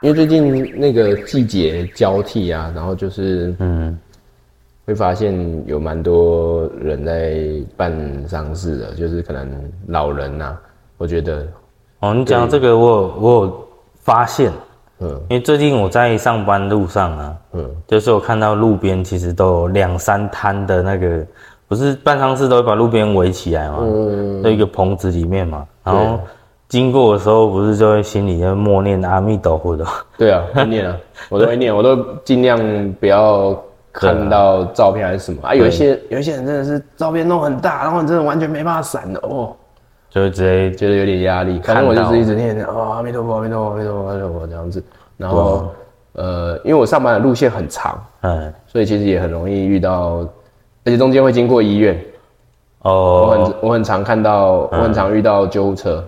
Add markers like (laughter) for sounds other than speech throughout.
因为最近那个季节交替啊，然后就是嗯，会发现有蛮多人在办丧事的，就是可能老人呐、我觉得，哦，你讲到这个，我有我有发现，嗯因为最近我在上班路上啊，嗯，就是我看到路边其实都有两三摊的那个，不是办丧事都会把路边围起来嘛，嗯，一个棚子里面嘛，然后经过的时候不是就会心里在默念阿弥陀佛的， (laughs) 对啊，会念啊，我都会念，我都尽量不要看到照片还是什么啊。有一些有一些人真的是照片弄很大，然后你真的完全没办法闪的哦，就会直接觉得有点压力。反正看我就到是一直念哦，阿弥陀佛，阿弥陀佛，阿弥陀佛，阿弥陀佛这样子。然后呃，因为我上班的路线很长，嗯所以其实也很容易遇到，而且中间会经过医院。我哦，很我很常看到，我很常遇到救护车，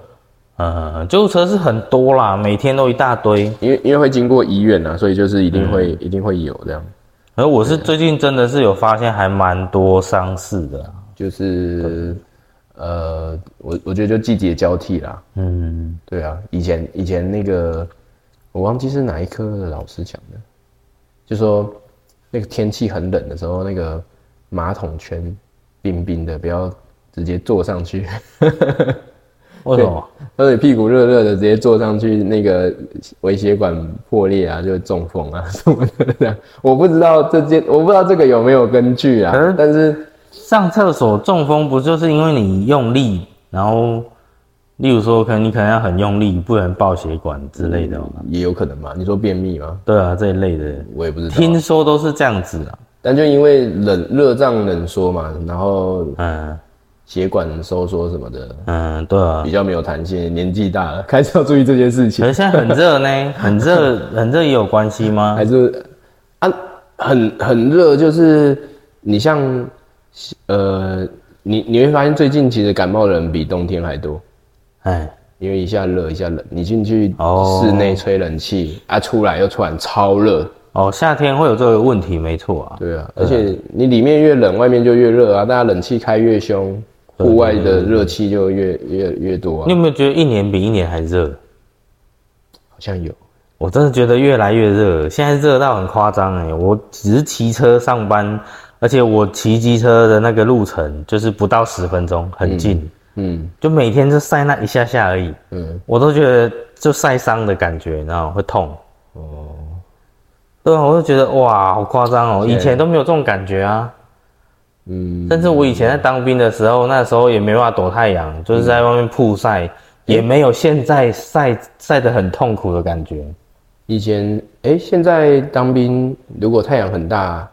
嗯，救护车是很多啦，每天都一大堆。因为因为会经过医院啊，所以就是一定会一定会有这样，而我是最近真的是有发现还蛮多丧事的啊、就是呃，我我觉得就季节交替啦，嗯，对啊，以前以前那个我忘记是哪一科的老师讲的，就说那个天气很冷的时候，那个马桶圈冰冰的，不要直接坐上去。为什么？而且屁股热热的，直接坐上去，那个微血管破裂啊，就中风啊什么的这样。我不知道这件，我不知道这个有没有根据啊。嗯但是上厕所中风不就是因为你用力，然后，例如说，可能你可能要很用力，不能爆血管之类的嘛？也有可能嘛？你说便秘吗？对啊，这一类的，我也不知道。听说都是这样子啊。但就因为冷热胀冷缩嘛，然后嗯血管收缩什么的，嗯，对啊比。较没有弹性。年纪大了，开始要注意这件事可情。是现在很热呢，很热，很热也有关系 (laughs) 吗还？是啊，很很热，就是你像呃，你你会发现最近其实感冒的人比冬天还多。哎，因为一下热一下冷，你进去哦室内吹冷气、啊，出来又突然超热，哦，夏天会有这个问题，没错啊。对啊，而且你里面越冷，外面就越热啊，大家冷气开越凶，嗯户外的热气就越越越多你啊，有没有觉得一年比一年还热？好像有，我真的觉得越来越热，现在热到很夸张哎！我只是骑车上班，而且我骑机车的那个路程就是不到十分钟，很近，嗯就每天就晒那一下下而已，嗯，我都觉得就晒伤的感觉，你知道吗？会痛。哦，对啊，我就觉得哇，好夸张哦！对以前都没有这种感觉啊，嗯，甚至我以前在当兵的时候，那时候也没办法躲太阳，就是在外面曝晒，也没有现在晒晒得很痛苦的感觉。以前哎、现在当兵如果太阳很大，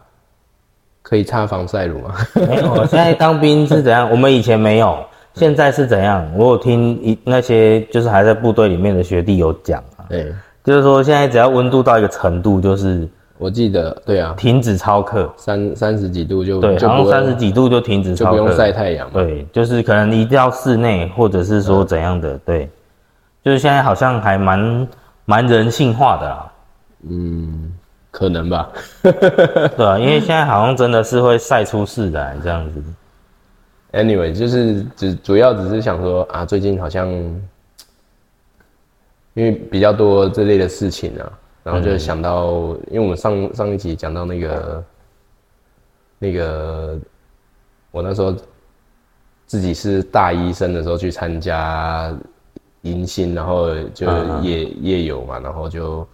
可以擦防晒乳吗？ (laughs) 没有，现在当兵是怎样？我们以前没有，现在是怎样？我有听一那些就是还在部队里面的学弟有讲啊，对，就是说现在只要温度到一个程度，就是我记得，对啊，停止操课，三三十几度就对，就好不像三十会几度就停止就操不用晒课，太阳嘛，对，就是可能一定要室内，或者是说怎样的，对，就是现在好像还蛮蛮人性化的啊啦，可能吧。对啊，因为现在好像真的是会晒出事来这样子， Anyway，就是只主要只是想说啊，最近好像因为比较多这类的事情啊，然后嗯就想到，因为我们上上一集讲到那个那个，我那时候自己是大一生的时候去参加迎新，然后就嗯嗯夜、夜游嘛，然后就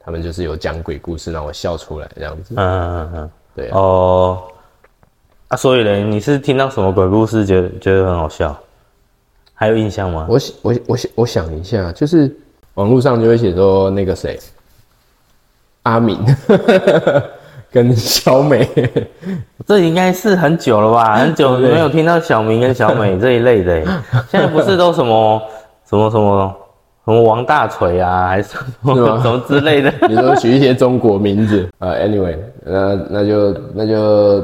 他们就是有讲鬼故事，让我笑出来这样子。嗯嗯嗯。对啊，哦，啊，所以嘞，你是听到什么鬼故事觉得觉得很好笑？还有印象吗？我想我想我想我想一下，就是网络上就会写说那个谁，阿敏 (laughs) 跟小美，这应该是很久 (laughs) 了吧，很久没有听到小明跟小美 (laughs) 这一类的欸。现在不是都什么什么什么什么王大锤啊，还是什是么吗什么之类的？ (laughs) 你说取一些中国名字啊、a n y w a y 那那就那就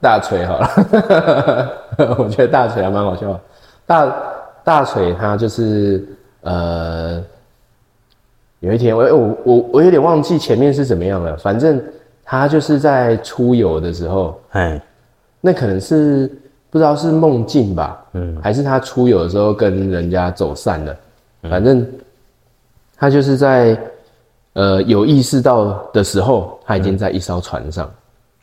大锤好了， (laughs) 我觉得大锤还蛮好笑的。大大锤他就是呃，有一天我我我我有点忘记前面是怎么样了，反正他就是在出游的时候。哎，那可能是不知道是梦境吧，嗯，还是他出游的嗯时候跟人家走散了，反正他就是在呃有意识到的时候，他已经在一艘船上，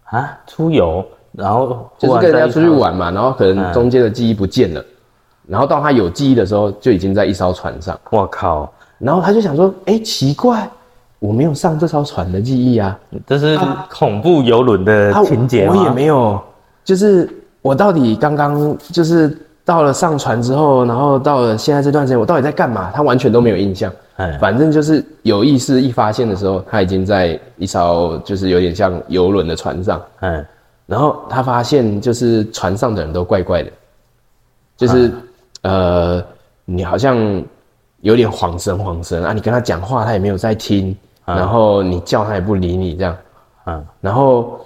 啊，出游，然后就是忽然跟人家在一出去场玩嘛，然后可能中间的记忆不见嗯了，然后到他有记忆的时候，就已经在一艘船上，我靠，然后他就想说，哎、奇怪，我没有上这艘船的记忆啊，这是恐怖游轮的啊，我情节吗？我也没有，就是我到底刚刚就是到了上船之后，然后到了现在这段时间，我到底在干嘛？他完全都没有印象。哎反正就是有意识一发现的时候，他已经在一艘就是有点像游轮的船上，哎，然后他发现就是船上的人都怪怪的，就是、呃，你好像有点恍神恍神啊，你跟他讲话他也没有在听，然后你叫他也不理你这样。嗯，然后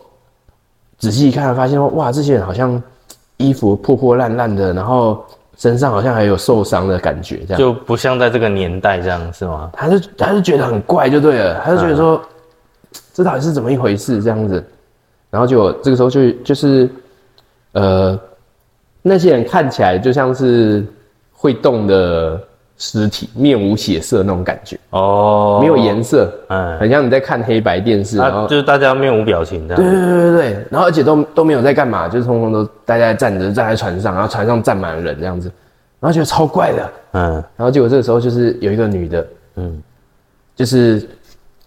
仔细一看，发现哇，这些人好像衣服破破烂烂的，然后身上好像还有受伤的感觉，这样。就不像在这个年代这样是吗？他就他就觉得很怪，就对嗯了，他就觉得说，这到底是怎么一回事这样子。然后就这个时候就就是，呃，那些人看起来就像是会动的尸体，面无血色那种感觉，哦，没有，颜色，哎，很像你在看黑白电视，然后啊，就是大家面无表情这对样，对对对对，然后而且都都没有在干嘛，就是通通都大家站着站在船上，然后船上站满了人这样子，然后觉得超怪的，嗯然后结果这个时候就是有一个女的，嗯，就是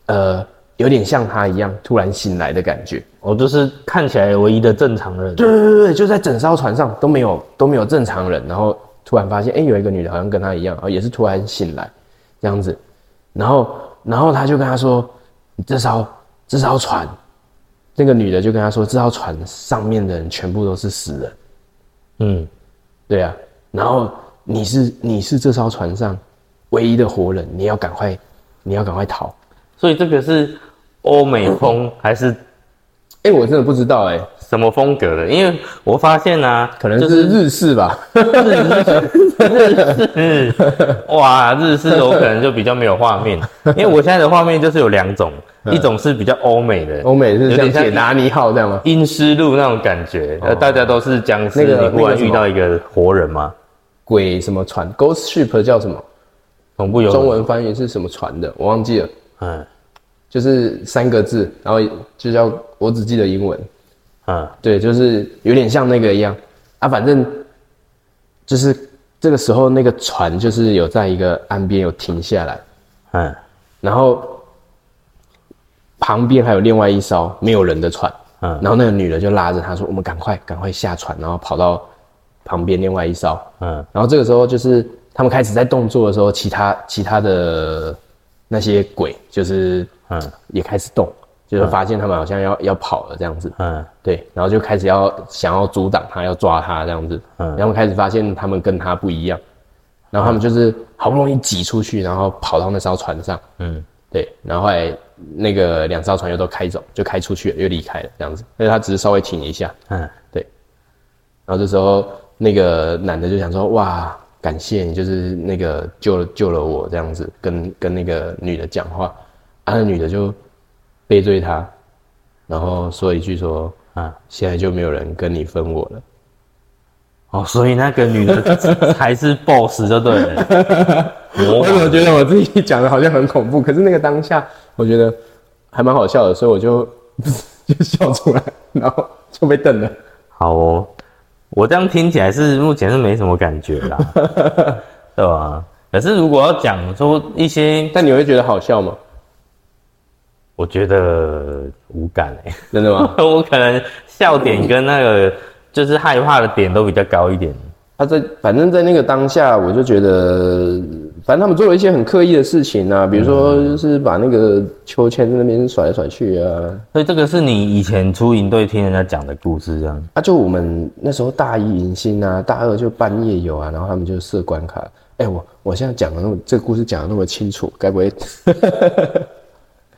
呃有点像她一样突然醒来的感觉，我就是看起来唯一的正常人，对对对对，就在整艘船上都没有都没有正常人，然后突然发现哎、诶有一个女的好像跟她一样，然后也是突然醒来这样子，然后然后他就跟她说，你这艘这艘船，那个女的就跟她说这艘船上面的人全部都是死人。嗯，对啊，然后你是你是这艘船上唯一的活人，你要赶快，你要赶快逃。所以这个是欧美风还是哎、我真的不知道哎、什么风格的？因为我发现啊，可能就是日式吧。日式，哇，日式我可能就比较没有画 (laughs) 面，因为我现在的画面就是有两种，一种是比较欧美的，嗯欧美是有像点像铁达尼号这样吗？阴湿路那种感觉，呃，大家都是僵尸，哦那个你忽那然个什么遇到一个活人嘛，鬼什么船？Ghost ship 叫什么？恐怖游中，文翻译是什么船的？我忘记了，嗯就是三个字，然后就叫我只记得英文。嗯，对，就是有点像那个一样啊，反正就是这个时候那个船就是有在一个岸边有停下来。嗯，然后旁边还有另外一艘没有人的船，嗯然后那个女的就拉着他说：“我们赶快赶快下船，然后跑到旁边另外一艘。”嗯，然后这个时候就是他们开始在动作的时候，其他其他的那些鬼就是嗯也开始动，就是发现他们好像要要跑了这样子，嗯，对，然后就开始要想要阻挡他，要抓他这样子，嗯然后开始发现他们跟他不一样，然后他们就是好不容易挤出去，然后跑到那艘船上，嗯，对，然后后来那个两艘船又都开走，就开出去了，又离开了这样子，但是他只是稍微停一下，嗯，对，然后这时候那个男的就想说，哇，感谢你，就是那个救了救了我这样子，跟跟那个女的讲话，啊，那女的就背对他，然后说一句说，嗯，现在就没有人跟你分我了。哦，所以那个 (laughs) 女的才是 boss 就对了，我魔怎么王，觉得我自己讲的好像很恐怖？可是那个当下，我觉得还蛮好笑的，所以我就 (laughs) 就笑出来，然后就被瞪了。好哦，我这样听起来是目前是没什么感觉啦， (laughs) 对吧？可是如果要讲说一些，但你会觉得好笑吗？我觉得无感哎、真的 (laughs) 吗？ (laughs) 我可能笑点跟那个就是害怕的点都比较高一点。他啊在反正，在那个当下，我就觉得，反正他们做了一些很刻意的事情啊，比如说就是把那个秋千在那边甩来甩去啊。所以这个是你以前出营队听人家讲的故事，这样啊，就我们那时候大一迎新啊，大二就半夜游啊，然后他们就设关卡。哎、我我现在讲的那么这个故事讲的那么清楚，该不会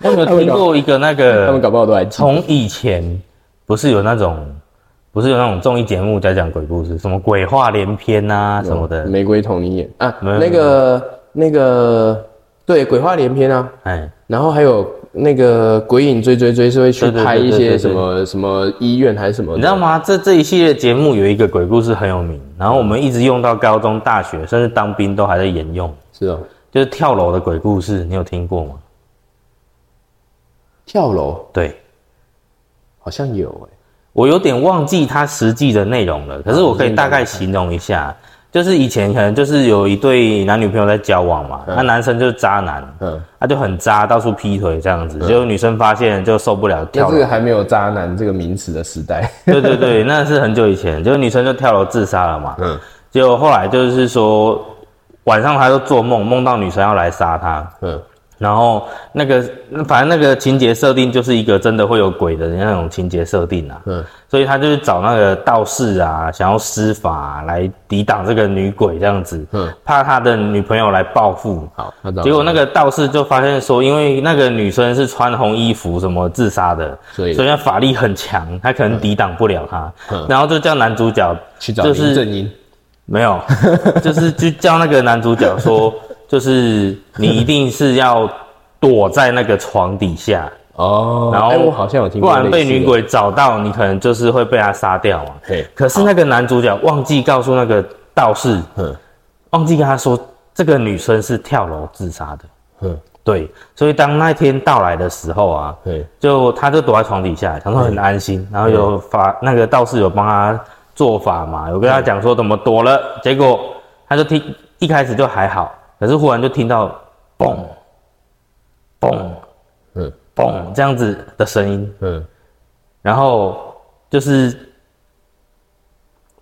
我有听过一个那他们个搞不好都还记得？从以前不是有那种不是有那种综艺节目在讲鬼故事，什么鬼话连篇啊什么的，玫瑰同你演啊，没有那个那个对鬼话连篇啊，哎，然后还有那个鬼影追追追是会去对对对拍一些对对对什么什么医院还是什么的，你知道吗？这这一系列节目有一个鬼故事很有名，然后我们一直用到高中、大学，甚至当兵都还在沿用，是哦、就是跳楼的鬼故事，你有听过吗？跳楼对好像有哎、我有欸点忘记它实际的内容了，可是我可以大概形容一下，就是以前可能就是有一对男女朋友在交往嘛，那男生就是渣男，嗯，他啊就很渣，到处劈腿这样子，结果女生发现就受不了，那跳这楼个。还没有渣男这个名词的时代，对对对，那是很久以前，就是女生就跳楼自杀了嘛。嗯结果后来就是说，晚上他就做梦，梦到女生要来杀他，嗯，然后那个反正那个情节设定就是一个真的会有鬼的那种情节设定啊，嗯，所以他就是找那个道士啊，想要施法啊、来抵挡这个女鬼这样子，嗯，怕他的女朋友来报复。好，那找结果那个道士就发现说，因为那个女生是穿红衣服什么自杀的，所以所以她法力很强，她可能抵挡不了他，嗯然后就叫男主角去找就林是正英，(laughs) 没有，就是就叫那个男主角说， (laughs) 就是你一定是要躲在那个床底下，哦，然后哎我好像有听不过，然被女，鬼找到，你可能就是会被她杀掉嘛。嘿，可是那个男主角忘记告诉那个道士，嗯忘记跟他说这个女生是跳楼自杀的。嗯，对，所以当那天到来的时候啊，对，就他就躲在床底下，他说很安心，然后有法那个道士有帮他做法嘛，有跟他讲说怎么躲了，结果他就听一开始就还好，可是忽然就听到嘣嘣嗯嘣这样子的声音，嗯然后就是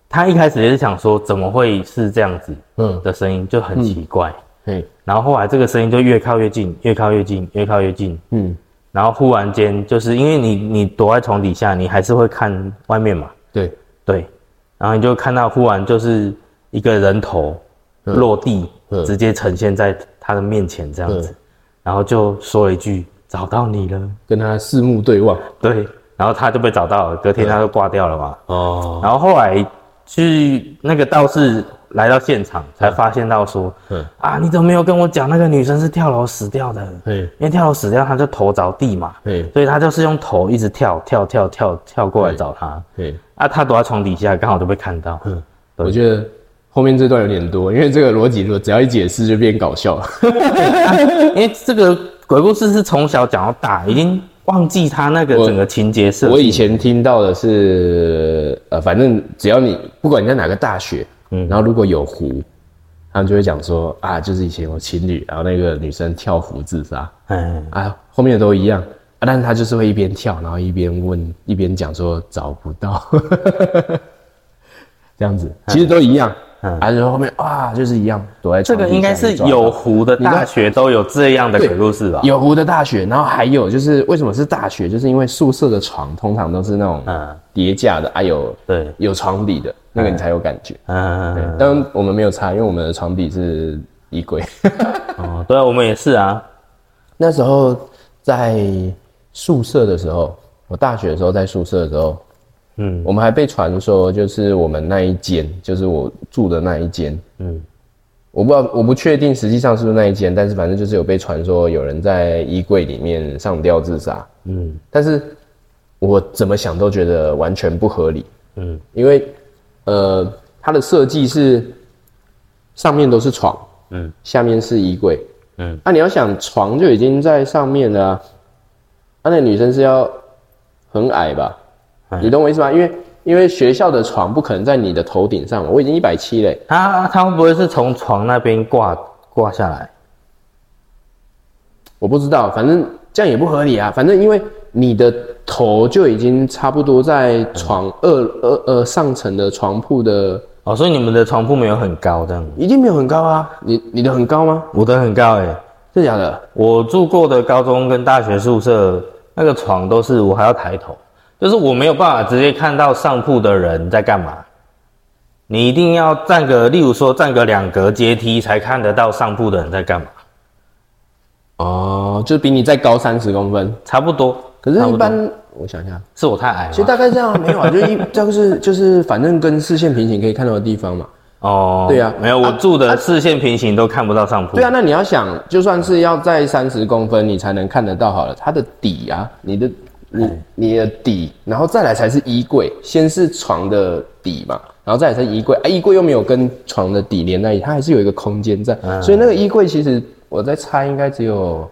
他一开始也是想说怎么会是这样子嗯，的声音，就很奇怪，嘿，然后后来这个声音就越靠越近，越靠越近，越靠越近，嗯，然后忽然间就是因为你你躲在床底下，你还是会看外面嘛，对，对，然后你就看到忽然就是一个人头落地，嗯直接呈现在他的面前这样子，然后就说了一句找到你了，跟他四目对望，对，然后他就被找到了，隔天他就挂掉了嘛，哦，然后后来去那个道士来到现场才发现到说，嗯啊你怎么没有跟我讲那个女生是跳楼死掉的？嘿，因为跳楼死掉，他就头着地嘛，嘿，所以他就是用头一直跳跳跳跳跳过来找他嘿，啊，他躲在床底下，刚好就被看到。 (laughs) 我觉得后面这段有点多，因为这个逻辑，如果只要一解释就变搞笑了，因为这个鬼故事是从小讲到大，已经忘记他那个我整个情节设我计。以前听到的是，呃，反正只要你不管你在哪个大学，嗯，然后如果有湖，他们就会讲说啊，就是以前有情侣，然后那个女生跳湖自杀哎，啊，后面的都一样啊，但是他就是会一边跳，然后一边问，一边讲说找不到， (laughs) 这样嗯子，其实都一样，啊，然后后面啊就是一样，躲在这床个底应该下是也抓不有到湖的大学都有这样的对鬼故事吧？有湖的大学，然后还有就是为什么是大学，就是因为宿舍的床通常都是那种嗯，叠架的，还、啊有对，有床底的那个你才有感觉。嗯，当然我们没有差，因为我们的床底是衣柜。哦，对啊，我们也是啊。那时候在宿舍的时候，我大学的时候在宿舍的时候，嗯我们还被传说就是我们那一间，就是我住的那一间，嗯，我不知道，我不确定实际上是不是那一间，但是反正就是有被传说有人在衣柜里面上吊自杀。嗯但是我怎么想都觉得完全不合理，嗯因为呃，它的设计是上面都是床，嗯，下面是衣柜，嗯，啊，你要想床就已经在上面了啊，啊，那女生是要很矮吧？哎你懂我意思吗？因为因为学校的床不可能在你的头顶上嘛，我已经一百七嘞，他他会不会是从床那边挂挂下来？我不知道，反正这样也不合理啊。反正因为你的头就已经差不多在嗯床二二呃上层的床铺的，哦，所以你们的床铺没有很高这样子。一定没有很高啊。你你的很高吗？我的很高哎、是假的？我住过的高中跟大学宿舍那个床都是我还要抬头，就是我没有办法直接看到上铺的人在干嘛。你一定要站个，例如说站个两格阶梯才看得到上铺的人在干嘛，哦，就比你再高三十公分。差不多。可是，差一不多般我想一下，啊是我太矮其实吗？大概这样啊没有 (laughs) 啊，就一就是就是反正跟视线平行可以看到的地方嘛。哦，对啊没有，我啊住的视线平行都看不到上铺。对啊，那你要想，就算是要在三十公分你才能看得到好了，它的底啊，你的哎你你的底，然后再来才是衣柜，先是床的底嘛，然后再来才是衣柜，啊，衣柜又没有跟床的底连在一起，它还是有一个空间在，嗯所以那个衣柜其实我在猜应该只有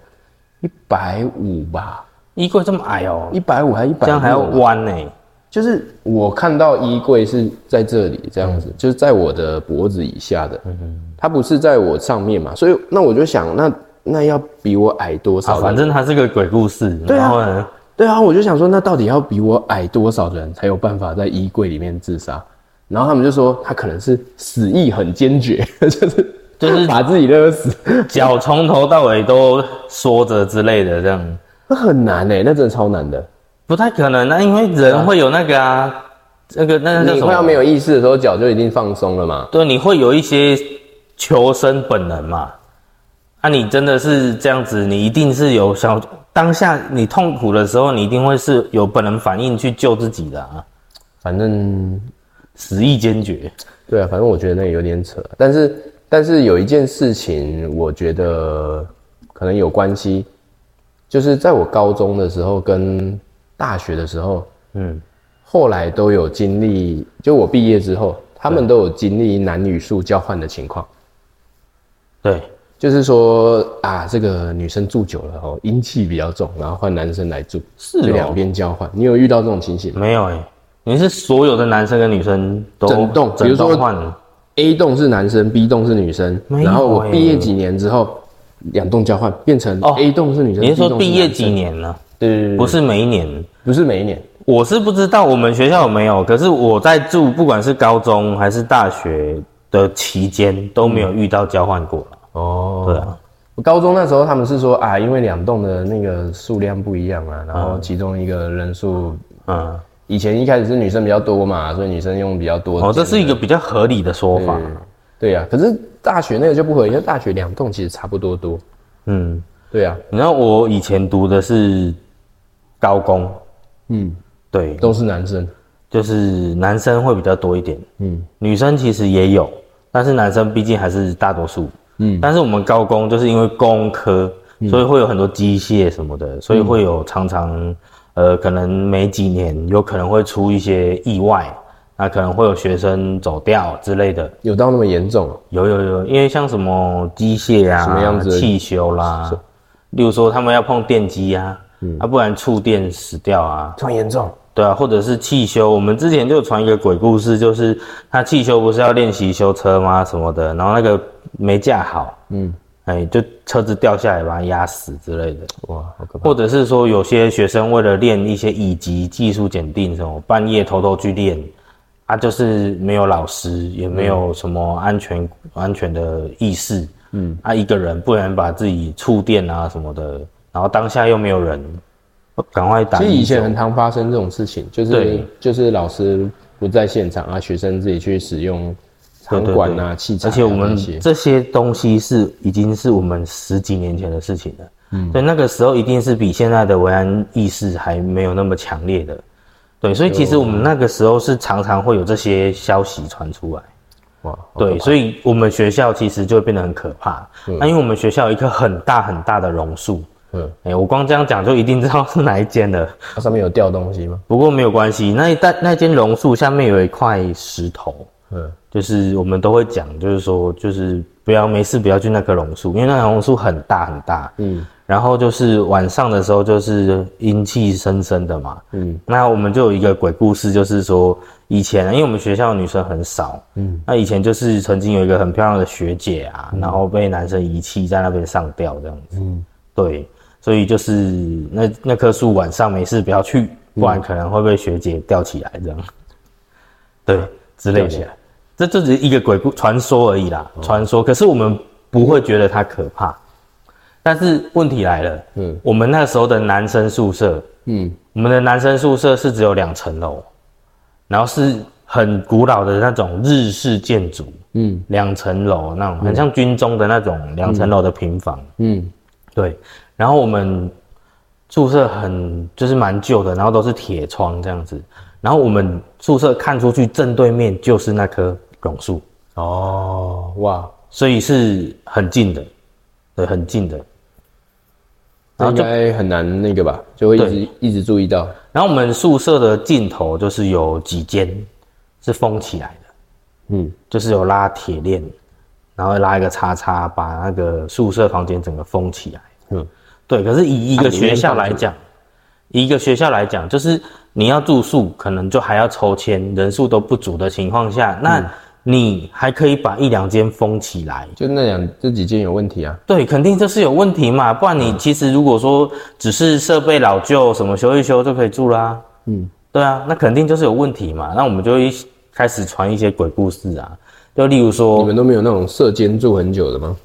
一百五吧，衣柜这么矮哦、一百五还一百，这样还要弯呢、就是我看到衣柜是在这里这嗯样子，就是在我的脖子以下的，它不是在我上面嘛，所以那我就想，那那要比我矮多啊，少？反正它是个鬼故事。对啊然后呢，对啊，我就想说，那到底要比我矮多少人才有办法在衣柜里面自杀？然后他们就说他可能是死意很坚决， (laughs) 就是就是把自己勒死，脚从头到尾都缩着之类的，这样那很难哎、那真的超难的。不太可能啊，因为人会有那个啊，那个那个叫你什快要么？没有意识的时候，脚就已经放松了嘛。对，你会有一些求生本能嘛？啊，你真的是这样子，你一定是有想当下你痛苦的时候，你一定会是有本能反应去救自己的啊，反正死意坚决。对啊，反正我觉得那个有点扯，但是但是有一件事情，我觉得可能有关系，就是在我高中的时候跟大学的时候，嗯，后来都有经历，就我毕业之后，他们都有经历男女宿交换的情况，对，就是说啊，这个女生住久了哦，阴气比较重，然后换男生来住，是哦就两边交换。你有遇到这种情形吗没有哎、你是所有的男生跟女生都整栋比如整说栋换了， ？A 栋是男生，B 栋是女生，没有然后我欸毕业几年之后，两栋交换变成哦 A 栋是女生。你是说 B 栋毕业男生几？年呢、对对对对，不是每一年，不是每一年，我是不知道我们学校有没有，可是我在住不管是高中还是大学的期间都没有遇到交换过了。哦，对啊，我高中那时候他们是说啊，因为两栋的那个数量不一样啊，然后其中一个人数嗯。以前一开始是女生比较多嘛，所以女生用比较多。哦，这是一个比较合理的说法。对呀、可是大学那个就不合理，因为大学两栋其实差不多多。嗯，对啊呀、你知道我以前读的是高工，嗯，对，都是男生。就是男生会比较多一点，嗯女生其实也有，但是男生毕竟还是大多数。嗯但是我们高工就是因为工科，所以会有很多机械什么的，所以会有常常呃，可能每几年有可能会出一些意外，那可能会有学生走掉之类的。有到那么严重哦、有有有，因为像什么机械啊、什么样子的汽修啦，例如说他们要碰电机啊，嗯啊不然触电死掉啊，这么严重？对啊，或者是汽修。我们之前就传一个鬼故事，就是他汽修不是要练习修车吗？什么的，然后那个没架好，嗯，哎，就车子掉下来把他压死之类的。哇，好可怕。或者是说有些学生为了练一些乙级技术检定什么，半夜偷偷去练，啊，就是没有老师，也没有什么安全、安全的意识，嗯，啊，一个人不然把自己触电啊什么的，然后当下又没有人，赶快打其实以前119很常发生这种事情，就是对就是老师不在现场啊，学生自己去使用场对对馆啊、器材啊而且我们这些这些东西是已经是我们十几年前的事情了，嗯，所以那个时候一定是比现在的维安意识还没有那么强烈的，对，所以其实我们那个时候是常常会有这些消息传出来，哇，好可对，怕所以我们学校其实就会变得很可怕。那、因为我们学校有一棵很大很大的榕树，嗯，哎、我光这样讲就一定知道是哪一间了。它上面有掉东西吗？不过没有关系，那一带那间榕树下面有一块石头，嗯，就是我们都会讲，就是说，就是不要没事不要去那棵榕树，因为那棵榕树很大很大，嗯，然后就是晚上的时候就是阴气森森的嘛，嗯，那我们就有一个鬼故事，就是说以前因为我们学校女生很少，嗯，那以前就是曾经有一个很漂亮的学姐啊，然后被男生遗弃在那边上吊这样子，嗯，对，所以就是那那棵树晚上没事不要去，嗯不然可能会被学姐吊起来这样，对之类啊吊起的来。哦这就只是一个鬼故传说而已啦，传、说。可是我们不会觉得它可怕。但是问题来了，嗯嗯，我们那时候的男生宿舍，嗯，我们的男生宿舍是只有两层楼，然后是很古老的那种日式建筑，嗯嗯，两层楼那种，很像军中的那种两层楼的平房，嗯，对。然后我们宿舍很就是蛮旧的，然后都是铁窗这样子，然后我们宿舍看出去正对面就是那棵榕树，哦，哇，所以是很近的，对，很近的。那然后应就该很难那个吧，就会一直一直注意到。然后我们宿舍的尽头就是有几间是封起来的，嗯，就是有拉铁链，然后拉一个叉叉，把那个宿舍房间整个封起来。嗯嗯，对。可是以一啊啊个里面学校放来什么讲，一个学校来讲，就是你要住宿，可能就还要抽签，人数都不足的情况下，那你还可以把一两间封起来。就那两这几间有问题啊，对，肯定这是有问题嘛，不然你其实如果说只是设备老旧，什么修一修就可以住啦。嗯，对啊，那肯定就是有问题嘛。那我们就一开始传一些鬼故事啊，就例如你说，们都没有那种射间住很久的吗？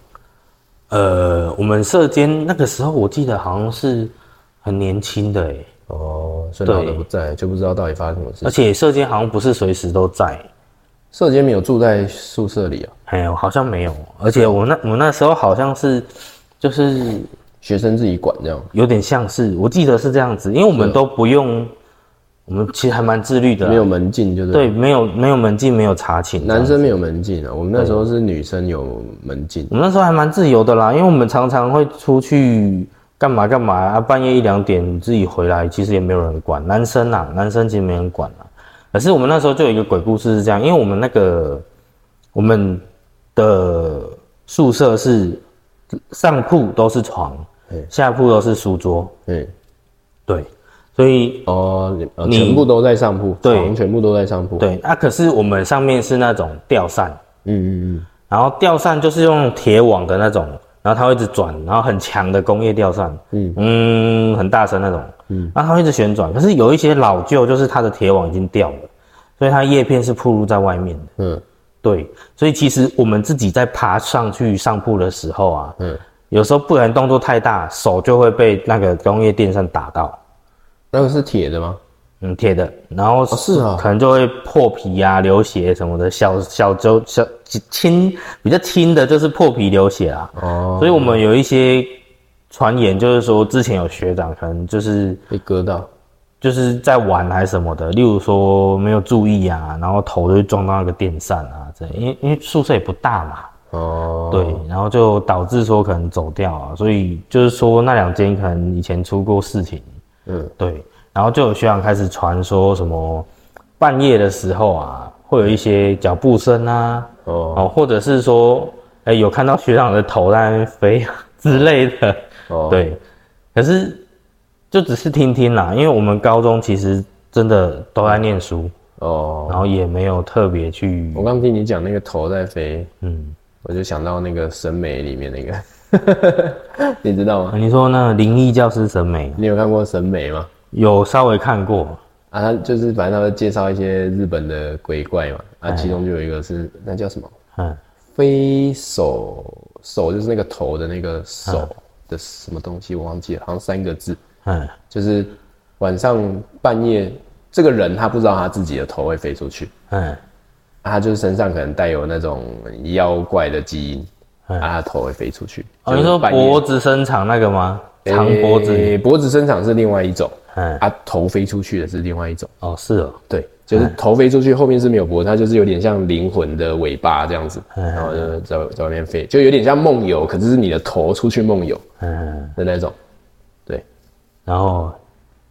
呃，我们社间那个时候我记得好像是很年轻的诶、哦，所以老的对不在，就不知道到底发生什么事而。且社间好像不是随时都在，射间没有住在宿舍里啊，哎呦，好像没有。而且我那我那时候好像是，就是学生自己管这样，有点像是，我记得是这样子，因为我们都不用，我们其实还蛮自律的啊，没有门禁就是。对，没有没有门禁，没有查寝，男生没有门禁啊，我们那时候是女生有门禁。我们那时候还蛮自由的啦，因为我们常常会出去干嘛干嘛啊，半夜一两点自己回来，其实也没有人管。男生啊，男生其实没人管啊。可是我们那时候就有一个鬼故事是这样，因为我们那个我们的宿舍是上铺都是床对，下铺都是书桌，嗯，对，所以哦，你哦你全部都在上铺，对床全部都在上铺。，对啊，可是我们上面是那种吊扇，嗯嗯嗯，然后吊扇就是用铁网的那种，然后它会一直转，然后很强的工业吊扇，嗯嗯很大声那种，嗯，然后它会一直旋转。可是有一些老旧，就是它的铁网已经掉了，所以它叶片是暴露在外面的。嗯对，所以其实我们自己在爬上去上铺的时候啊，嗯，有时候不然动作太大，手就会被那个工业电扇打到，那个是铁的吗？嗯，铁的，然后哦是啊可能就会破皮啊、流血什么的，小小就小轻比较轻的就是破皮流血啊。哦，所以我们有一些传言，就是说之前有学长可能就是被割到。就是在玩还是什么的，例如说没有注意啊，然后头就撞到那个电扇啊，这因为因为宿舍也不大嘛，哦，对，然后就导致说可能走掉啊，所以就是说那两间可能以前出过事情，嗯，对，然后就有学长开始传说什么半夜的时候啊，会有一些脚步声啊，哦哦，或者是说，哎、有看到学长的头在那边飞啊之类的，哦，，对。可是就只是听听啦，因为我们高中其实真的都在念书，哦，然后也没有特别去，我刚听你讲那个头在飞，嗯，我就想到那个审美里面那个， (laughs) 你知道吗？呃你说那个灵异教师审美你有看过审美吗？有稍微看过，啊，他就是反正他会介绍一些日本的鬼怪嘛，哎啊，其中就有一个是那叫什么嗯，飞手手，就是那个头的那个啊手的什么东西，我忘记了，好像三个字，嗯，就是晚上半夜，这个人他不知道他自己的头会飞出去，嗯，啊他就是身上可能带有那种妖怪的基因，嗯啊，他头会飞出去。哦，你说就是半夜脖子伸长那个吗？长脖子，诶脖子伸长是另外一种，嗯，啊，头飞出去的是另外一种。哦，是哦，对，就是头飞出去，后面是没有脖子，它就是有点像灵魂的尾巴这样子，嗯然后就在在外面飞，就有点像梦游，可是是你的头出去梦游嗯，的那种。对，然后，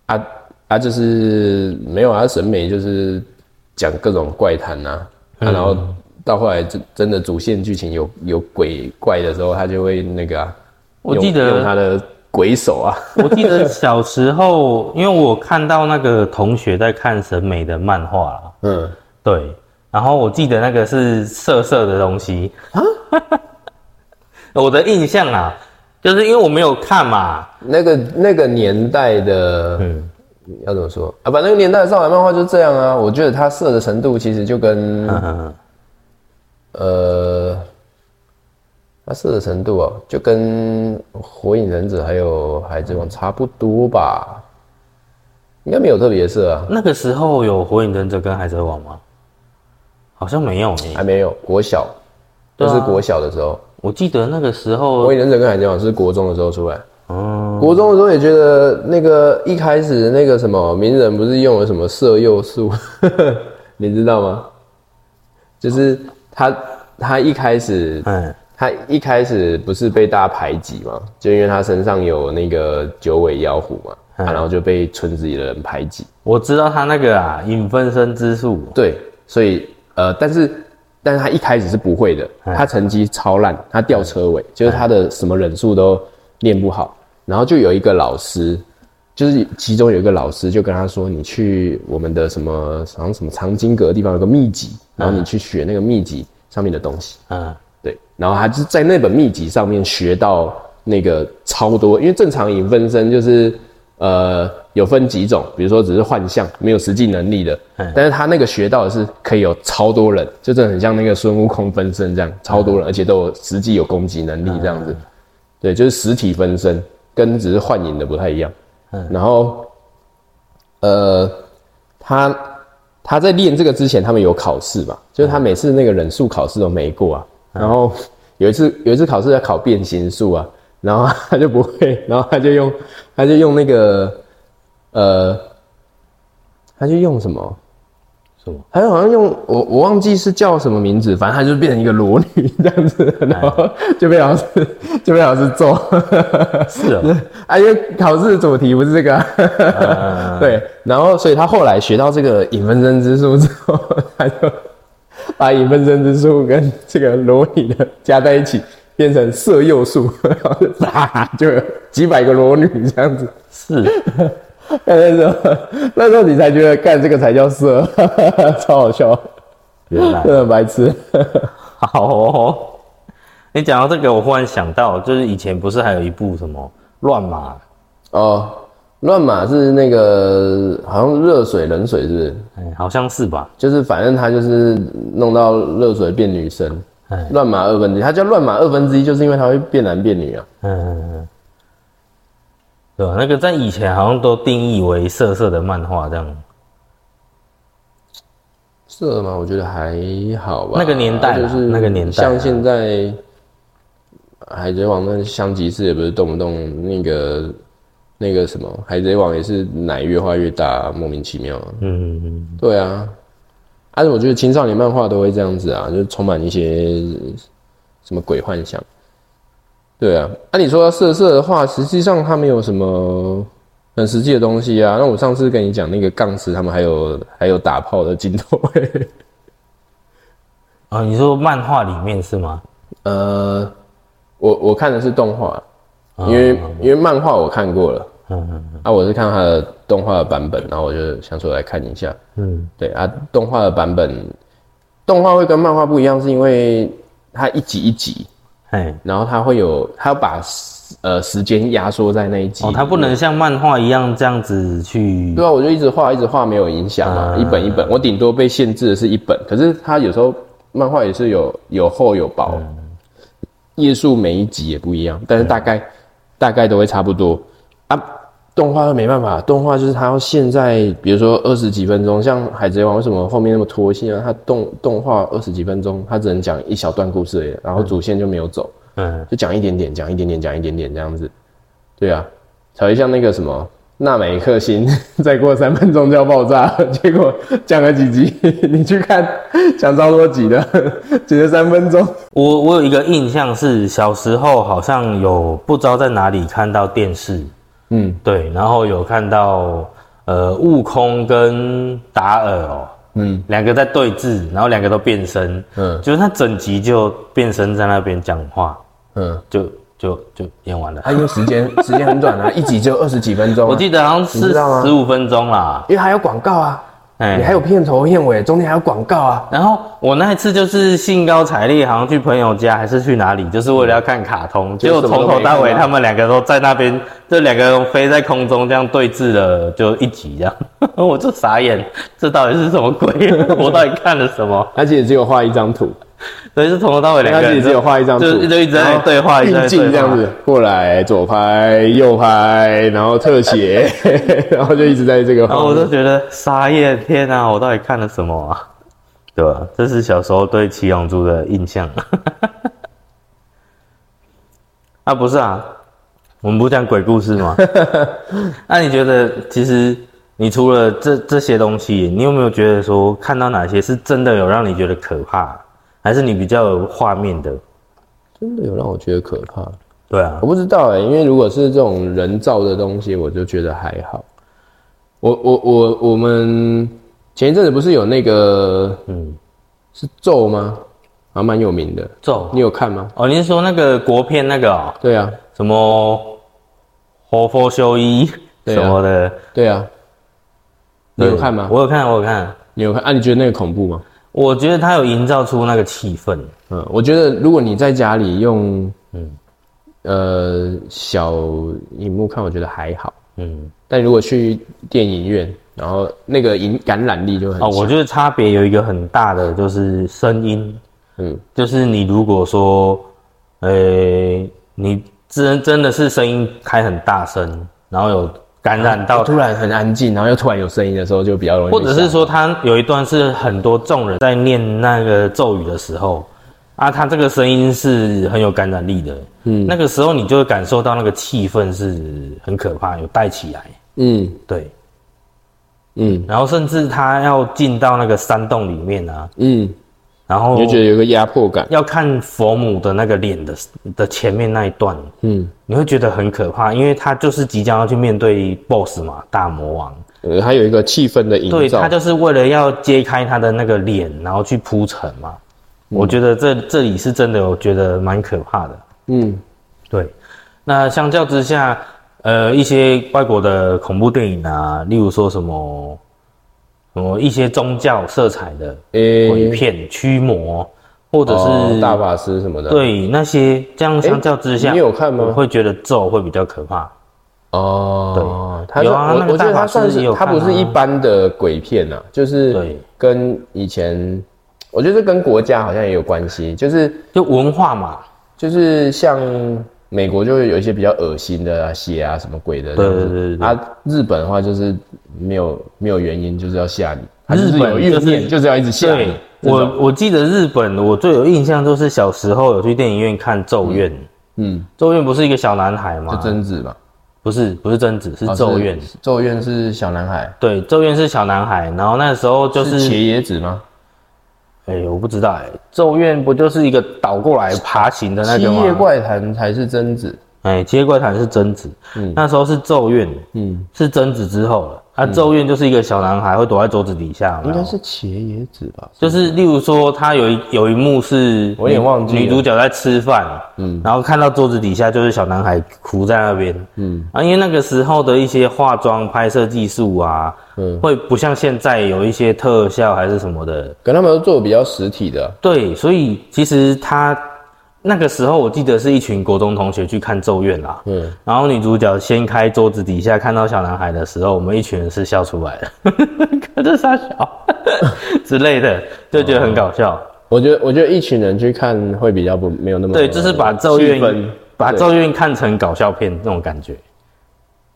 啊啊，就是没有啊，审美就是讲各种怪谈呐、啊嗯然后到后来真真的主线剧情有有鬼怪的时候，他就会那个啊，我用记得 (laughs) 用他的鬼手啊，我记得小时候，因为我看到那个同学在看审美的漫画啦，嗯，对，然后我记得那个是色色的东西啊， (laughs) 我的印象啊，就是因为我没有看嘛，那个那个年代的，嗯，要怎么说啊？反正那个年代的少男漫画就这样啊。我觉得它色的程度其实就跟、嗯呃，它色的程度哦，就跟《火影忍者》还有《海贼王》差不多吧，应该没有特别色啊，那个时候有《火影忍者》跟《海贼王》吗？好像没有诶、还没有国小，对就啊是国小的时候，我记得那个时《火候，影忍者》跟《海贼王》是国中的时候出来。嗯，国中的时候也觉得那个一开始那个什么鸣人不是用了什么色诱术， (laughs) 你知道吗？就是他他一开始嗯，他一开始不是被大家排挤嘛，就因为他身上有那个九尾妖狐嘛，啊然后就被村子里的人排挤。我知道他那个啊，影分身之术，对，所以呃，但是但是他一开始是不会的，他成绩超烂，他掉车尾，就是他的什么忍术都练不好。然后就有一个老师，就是其中有一个老师就跟他说，你去我们的什么好像什么藏经阁的地方有个秘籍，然后你去学那个秘籍上面的东西。嗯，对，然后他就是在那本秘籍上面学到那个超多，因为正常影分身就是呃有分几种，比如说只是幻象没有实际能力的，但是他那个学到的是可以有超多人，就真的很像那个孙悟空分身这样，超多人，而且都有实际有攻击能力这样子，对，就是实体分身跟只是幻影的不太一样，然后呃他。他在练这个之前，他们有考试嘛，就是他每次那个忍术考试都没过啊。然后有一次有一次考试要考变形术啊，然后他就不会，然后他就用他就用那个呃，他就用什么什么？他就好像用我我忘记是叫什么名字，反正他就变成一个裸女这样子，哎然后就被老师就被老师揍。是哦， (laughs) 啊，因为考试的主题不是这个啊、 (laughs) 对，然后所以他后来学到这个影分身之术之后，他就把影分身之术跟这个裸女的加在一起，变成色诱术，然后就啪就有几百个裸女这样子。是，那时候那时候你才觉得干这个才叫色， (laughs) 超好笑，原 (laughs) 来真的很白痴。好哦。你讲到这个，我忽然想到，就是以前不是还有一部什么乱码，哦，乱码是那个好像热水冷水是不是？哎，好像是吧？就是反正他就是弄到热水变女生哎，乱码二分之一，他叫乱码二分之一，就是因为他会变男变女啊。嗯，对吧？那个在以前好像都定义为色色的漫画这样，色嘛，我觉得还好吧。那个年代啦就是那个年代像现在海贼王那香吉士也不是动不动那个那个什么海贼王也是奶越画越大，莫名其妙啊。嗯，对啊，而且我觉得青少年漫画都会这样子啊，就充满一些什么鬼幻想。对啊，按、你说要色色的话，实际上它没有什么很实际的东西啊。那我上次跟你讲那个杠石，他们还有还有打炮的镜头、 (laughs) 欸。啊，你说漫画里面是吗？呃，我我看的是动画，因为、因为漫画我看过了，啊嗯啊，我是看它的动画的版本，然后我就想说来看一下。嗯对啊，动画的版本，动画会跟漫画不一样，是因为它一集一集，哎，然后它会有，它要把时呃时间压缩在那一集。哦，它不能像漫画一样这样子去对啊，我就一直画，一直画没有影响啊，一本一本，我顶多被限制的是一本，可是它有时候漫画也是有有厚有薄，页数每一集也不一样，但是大概、大概都会差不多啊。动画没办法，动画就是它要现在，比如说二十几分钟，像《海贼王》为什么后面那么拖戏啊？它动动画二十几分钟，它只能讲一小段故事而已，然后主线就没有走。嗯就讲一点点，讲一点点，讲一点点这样子，对啊，才会像那个什么纳美克星， (laughs) 再过三分钟就要爆炸，结果讲了几集， (laughs) 你去看讲超多集的， (laughs) 只是三分钟。我我有一个印象是，小时候好像有不知道在哪里看到电视，嗯对，然后有看到呃悟空跟达尔哦，嗯两个在对峙，然后两个都变身，嗯就是他整集就变身在那边讲话，嗯，就就就演完了。啊，因为时 (laughs) 间时间很短啊，一集就二十几分钟、我记得好像你是知道吗十五分钟啦，因为还有广告啊，哎你还有片头片尾，中间还有广告啊。然后我那一次就是兴高采烈，好像去朋友家还是去哪里，就是为了要看卡通，结嗯果什么都从没头到尾看到他们两个都在那边，这两个人飞在空中这样对峙了，就一集这样， (laughs) 我就傻眼，这到底是什么鬼？ (laughs) 我到底看了什么？而且只有画一张图，所以是从头到尾两他个自己人只有就画一张图，就就一直在那里对话，一直在运那里镜对这样话。子，过来左拍右拍，然后特写， (laughs) 然后就一直在这个然后画我面。就觉得傻眼，天哪、我到底看了什么啊？对吧？这是小时候对七龙珠的印象。 (laughs) 啊，不是啊，我们不讲鬼故事 (laughs) 吗？那、你觉得，其实你除了这这些东西，你有没有觉得说，看到哪些是真的有让你觉得可怕，还是你比较有画面的？真的有让我觉得可怕，对啊我，不知道哎、因为如果是这种人造的东西，我就觉得还好。我我我我们前一阵子不是有那个嗯，是咒吗？还蛮有名的，咒你有看吗？哦，你是说那个国片那个、哦、对啊，什么活佛修一？对什啊么的。对啊，你有对看吗？我有看，我有看。你有看啊？你觉得那个恐怖吗？我觉得他有营造出那个气氛，嗯，我觉得如果你在家里用，嗯呃，小荧幕看，我觉得还好。嗯，但如果去电影院，然后那个影感染力就很哦，强。我觉得差别有一个很大的就是声音，嗯，就是你如果说，呃、你真真的是声音开很大声，然后有感染到突然很安静，然后又突然有声音的时候，就比较容易被啊或吓。者是说他有一段是很多众人在念那个咒语的时候，啊，他这个声音是很有感染力的，嗯，那个时候你就会感受到那个气氛是很可怕，有带起来，嗯对，嗯然后甚至他要进到那个山洞里面啊，嗯，然后你就觉得有个压迫感。要看佛母的那个脸的的前面那一段，嗯，你会觉得很可怕，因为他就是即将要去面对 BOSS 嘛，大魔王，呃，它有一个气氛的营造。对他就是为了要揭开他的那个脸，然后去铺陈嘛。我觉得这这里是真的，我觉得蛮可怕的。嗯对，那相较之下，呃，一些外国的恐怖电影啊，例如说什么什么一些宗教色彩的诶鬼片、驱魔，或者哦是大法师什么的。对那些这样相较之下，诶你有看吗我会觉得咒会比较可怕。哦，对它有啊是那我个我觉得大它法师算也是有它看啊不是一般的鬼片啊，就是对跟以前，我觉得跟国家好像也有关系，就是就文化嘛，就是像美国就有一些比较恶心的啊、血啊什么鬼的这样子，对对对对啊，日本的话就是没有没有原因，就是要吓你。它就是日本有欲就是念，就是要啊一直吓对你。我这种，我记得日本，我最有印象就是小时候有去电影院看《咒怨》，嗯，咒怨不是一个小男孩就吗？贞子嘛，不是不是贞子，是哦咒怨。，是咒怨是小男孩，对，咒怨是小男孩，然后那时候就是是，茄野子吗？哎、我不知道哎、咒怨不就是一个倒过来爬行的那七个夜吗？怪谈才是贞子，哎、七夜怪谈是贞子，那时候是咒怨，嗯，是贞子之后了。啊，咒怨就是一个小男孩会躲在桌子底下，有没应有该是茄野子吧？就是例如说，他有一有一幕是，我有点忘记了女主角在吃饭，嗯，然后看到桌子底下就是小男孩哭在那边，嗯，啊，因为那个时候的一些化妆拍摄技术啊，嗯会不像现在有一些特效还是什么的，可他们都做比较实体的，对，所以其实他那个时候我记得是一群国中同学去看《咒怨》啦，嗯，然后女主角掀开桌子底下看到小男孩的时候，我们一群人是笑出来的，可这傻小 (laughs) 之类的，就觉得很搞笑。我觉得我觉得一群人去看会比较不没有那么对，就是把咒气氛怨把对咒怨看成搞笑片那种感觉。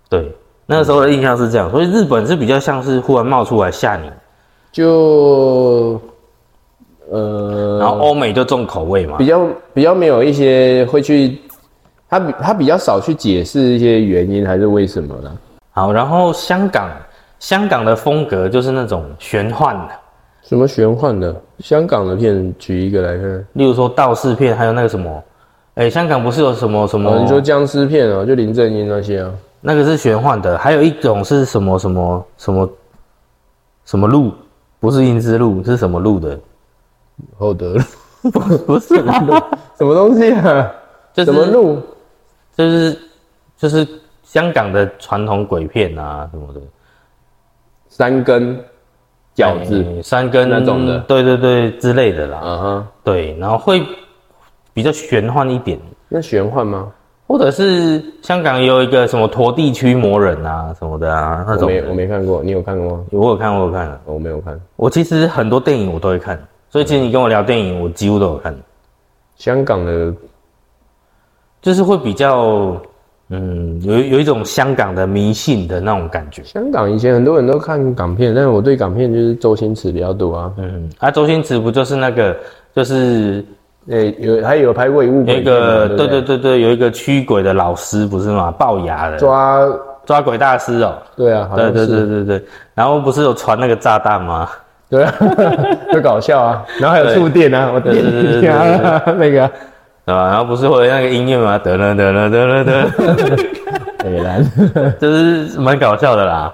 对，那时候的印象是这样，所以日本是比较像是忽然冒出来吓你，就呃然后欧美就重口味嘛比。较比较没有一些会去，他比他比较少去解释一些原因还是为什么啦，好，然后香港香港的风格就是那种玄幻的，什么玄幻的香港的片，举一个来看，例如说道士片，还有那个什么，哎、香港不是有什么什么？哦，你说僵尸片啊，就林正英那些啊，那个是玄幻的，还有一种是什么什么什么什么路，不是英之路，是什么路的？厚德路 (laughs) 不是啊， (laughs) 什么东西啊？就是什么路？就是就是香港的传统鬼片啊什么的，三根饺子，哎三根那种的对对对之类的啦。啊哈，对，然后会比较玄幻一点，那玄幻吗？或者是香港有一个什么陀地驱魔人啊什么的啊那我种没的我没看过，你有看过吗？哦我有看，我有看。我没有看。我其实很多电影我都会看，所以其实你跟我聊电影，我几乎都有看。香港的就是会比较，嗯，有有一种香港的迷信的那种感觉。香港以前很多人都看港片，但是我对港片就是周星驰比较多啊。嗯，啊，周星驰不就是那个，就是诶、有还有拍过一部有鬼一片嘛个，对对不对对对，有一个驱鬼的老师不是吗？龅牙的抓抓鬼大师哦、对啊，好像对是对对对对，然后不是有传那个炸弹吗？ (laughs) 对啊， (laughs) 就搞笑啊。然后还有触电啊，我电对对对对你啊，那个对吧？然后不是会有那个音乐吗？得了得了得了得了，北兰，就是蛮搞笑的啦，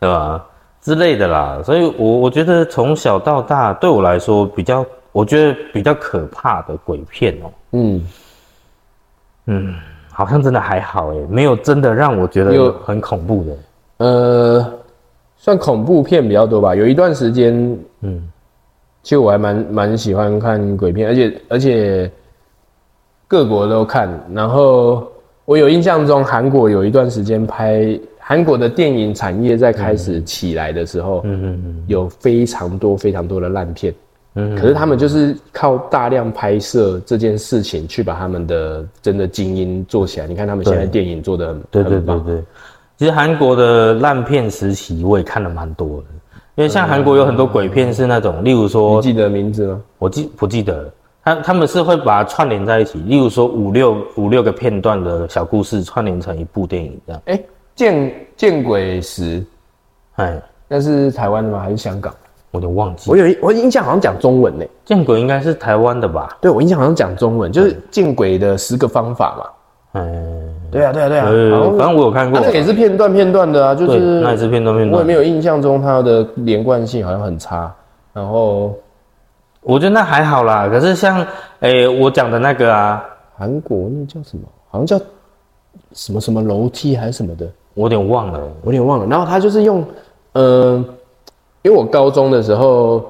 对吧？之类的啦，所以我我觉得从小到大对我来说比较，我觉得比较可怕的鬼片哦、嗯，好像真的还好诶，没有真的让我觉得有很恐怖的。呃，算恐怖片比较多吧。有一段时间，嗯，其实我还蛮蛮喜欢看鬼片，而且而且各国都看。然后我有印象中，韩国有一段时间拍韩国的电影产业在开始起来的时候，嗯嗯嗯有非常多非常多的烂片。嗯可是他们就是靠大量拍摄这件事情去把他们的真的精英做起来。你看他们现在对电影做的很对对很棒对对，其实韩国的烂片时期我也看了蛮多的，因为像韩国有很多鬼片是那种，例嗯如你说记得名字吗？我记不记得了，他他们是会把它串联在一起，例如说五六五六个片段的小故事串联成一部电影这样，哎、见见鬼时，哎，那是台湾的吗？还是香港？我有点忘记，我有一我印象好像讲中文呢、见鬼应该是台湾的吧？对，我印象好像讲中文，就是见鬼的十个方法嘛。嗯，对啊，对啊，对啊。呃好像，反正我有看它过，那个也是片段片段的啊，就对，是那也是片段片我也没段。有印象中它的连贯性好像很差。然后我觉得那还好啦，可是像诶、我讲的那个啊，韩国那叫什么？好像叫什么什么楼梯还是什么的，我有点忘了。我有点忘了。然后他就是用，嗯、因为我高中的时候，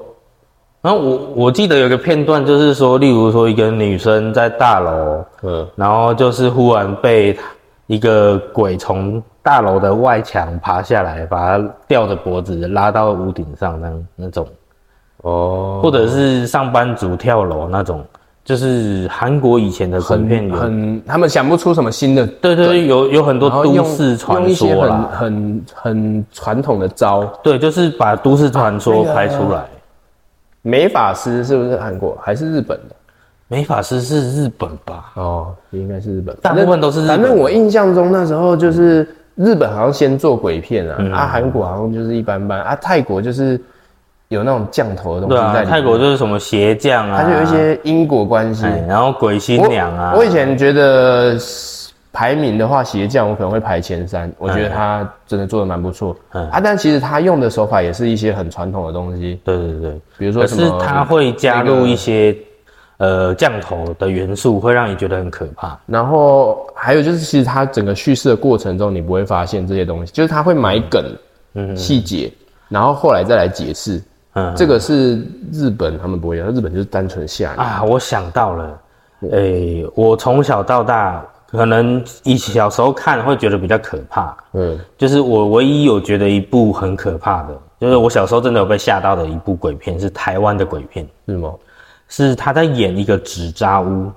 然后我我记得有个片段，就是说，例如说一个女生在大楼，嗯，然后就是忽然被一个鬼从大楼的外墙爬下来，把她吊着脖子拉到屋顶上那样那种，哦，或者是上班族跳楼那种，就是韩国以前的鬼片有，很，他们想不出什么新的，对对对，有有很多然后都用市用传一些说很啦，很很传统的招。对，就是把都市传说那个拍出来。美法师是不是韩国还是日本的？美法师是日本吧？哦，应该是日本，大部分都是日本反正我印象中那时候就是日本好像先做鬼片啊，嗯啊韩国好像就是一般般，啊泰国就是有那种降头的东对西在啊，里面，泰国就是什么邪教它啊，就有一些因果关系。哎，然后鬼新我娘啊，我以前觉得排名的话，邪教我可能会排前三，我觉得他真的做的蛮不错、嗯啊。但其实他用的手法也是一些很传统的东西，对对对，比如说可什是么，它会加那入个一些、呃降头的元素，会让你觉得很可怕。然后还有就是，其实他整个叙事的过程中，你不会发现这些东西，就是他会埋梗、细节，然后后来再来解释。嗯，这个是日本他们不会有，日本就是单纯吓你。啊，我想到了，诶、我从小到大，可能以小时候看会觉得比较可怕，嗯，就是我唯一有觉得一部很可怕的，就是我小时候真的有被吓到的一部鬼片，是台湾的鬼片，是吗？是他在演一个纸扎屋，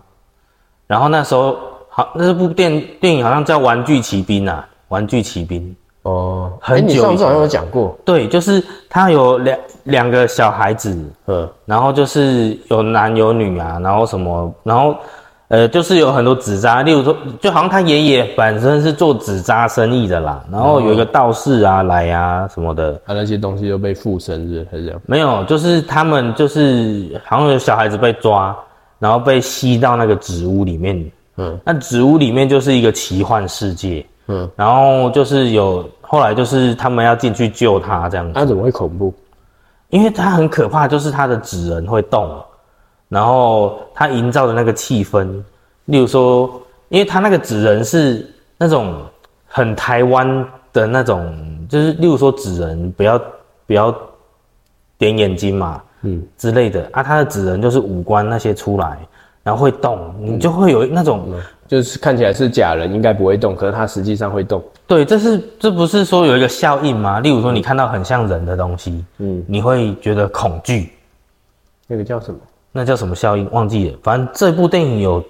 然后那时候好，那部电电影好像叫《玩具奇兵》啊，《玩具奇兵》。哦，很诶你久上以次前好像有讲过。对，就是他有两两个小孩子，嗯，然后就是有男有女啊，然后什么，然后呃，就是有很多纸扎，例如说，就好像他爷爷本身是做纸扎生意的啦，然后有一个道士啊来啊什么的，啊，那些东西又被附身日还是这样？没有，就是他们就是好像有小孩子被抓，然后被吸到那个纸屋里面，嗯，那纸屋里面就是一个奇幻世界，嗯，然后就是有后来就是他们要进去救他这样子。那、怎么会恐怖？因为它很可怕，就是它的纸人会动，然后它营造的那个气氛，例如说，因为它那个纸人是那种很台湾的那种，就是例如说纸人不要不要点眼睛嘛，嗯之类的啊，它的纸人就是五官那些出来，然后会动，你就会有那种。就是看起来是假人，应该不会动，可是它实际上会动。对，这是这不是说有一个效应吗？例如说，你看到很像人的东西，嗯，你会觉得恐惧，那个叫什么？那叫什么效应？忘记了，反正这部电影有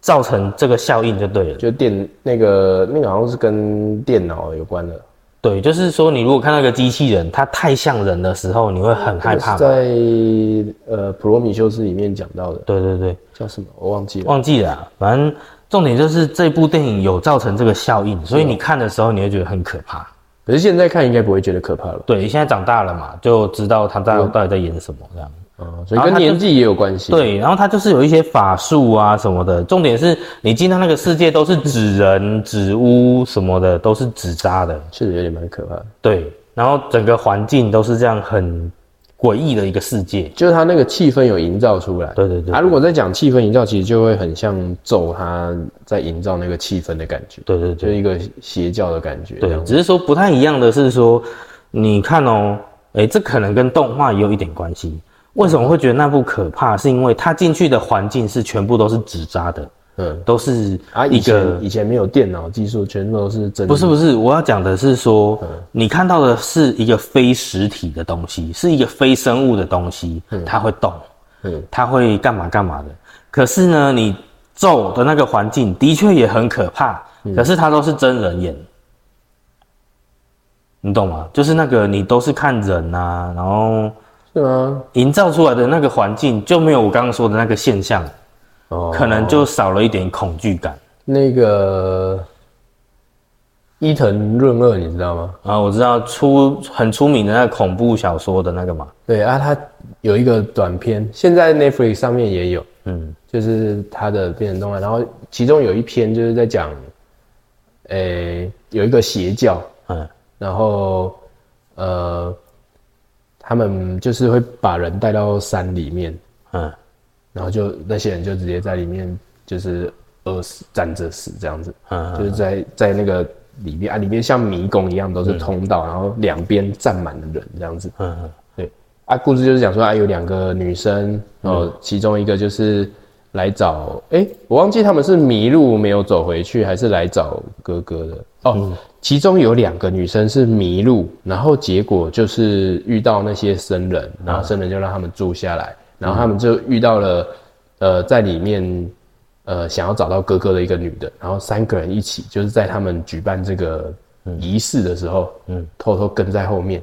造成这个效应就对了。就电那个那个好像是跟电脑有关的，对，就是说你如果看到一个机器人，它太像人的时候，你会很害怕这嘛。个是在呃《普罗米修斯》里面讲到的，对对对，叫什么？我忘记了。忘记了啊、反正重点就是这部电影有造成这个效应，所以你看的时候你会觉得很可怕。可是现在看应该不会觉得可怕了对，现在长大了嘛，就知道他到到底在演什么这样。啊、所以跟年纪也有关系。，对，然后它就是有一些法术啊什么的，重点是你进到那个世界都是纸人、纸屋什么的，都是纸扎的。确实有点蛮可怕的。对，然后整个环境都是这样很诡异的一个世界。就是他那个气氛有营造出来。对对对啊，如果在讲气氛营造，其实就会很像咒他在营造那个气氛的感觉，对对就是对一个邪教的感觉。这对，样只是说不太一样的是说，你看哦，诶，这可能跟动画也有一点关系。为什么会觉得那部可怕？是因为它进去的环境是全部都是纸扎的，嗯，都是啊，以一个前以前没有电脑技术，全部都是真的。不是不是，我要讲的是说，嗯你看到的是一个非实体的东西，是一个非生物的东西，它会动，嗯它会干嘛干嘛的。可是呢，你咒的那个环境的确也很可怕，嗯可是它都是真人演，你懂吗？就是那个你都是看人啊，然后是吗？营造出来的那个环境就没有我刚刚说的那个现象，哦，可能就少了一点恐惧感。那个伊藤润二，你知道吗？啊，我知道出很出名的那个恐怖小说的那个嘛，对啊，他有一个短片，现在 Netflix 上面也有，嗯，就是他的变成动漫，然后其中有一篇就是在讲，诶、有一个邪教，嗯，然后呃，他们就是会把人带到山里面，嗯，然后就那些人就直接在里面就是饿死站着死这样子，嗯就是在在那个里面啊，里面像迷宫一样都是通道，然后两边站满了人这样子，嗯对啊，故事就是讲说啊，有两个女生，然后其中一个就是来找，哎、我忘记他们是迷路没有走回去，还是来找哥哥的哦。其中有两个女生是迷路，然后结果就是遇到那些僧人，然后僧人就让他们住下来，然后他们就遇到了，呃，在里面。呃，想要找到哥哥的一个女的，然后三个人一起，就是在他们举办这个仪式的时候，嗯，偷偷跟在后面，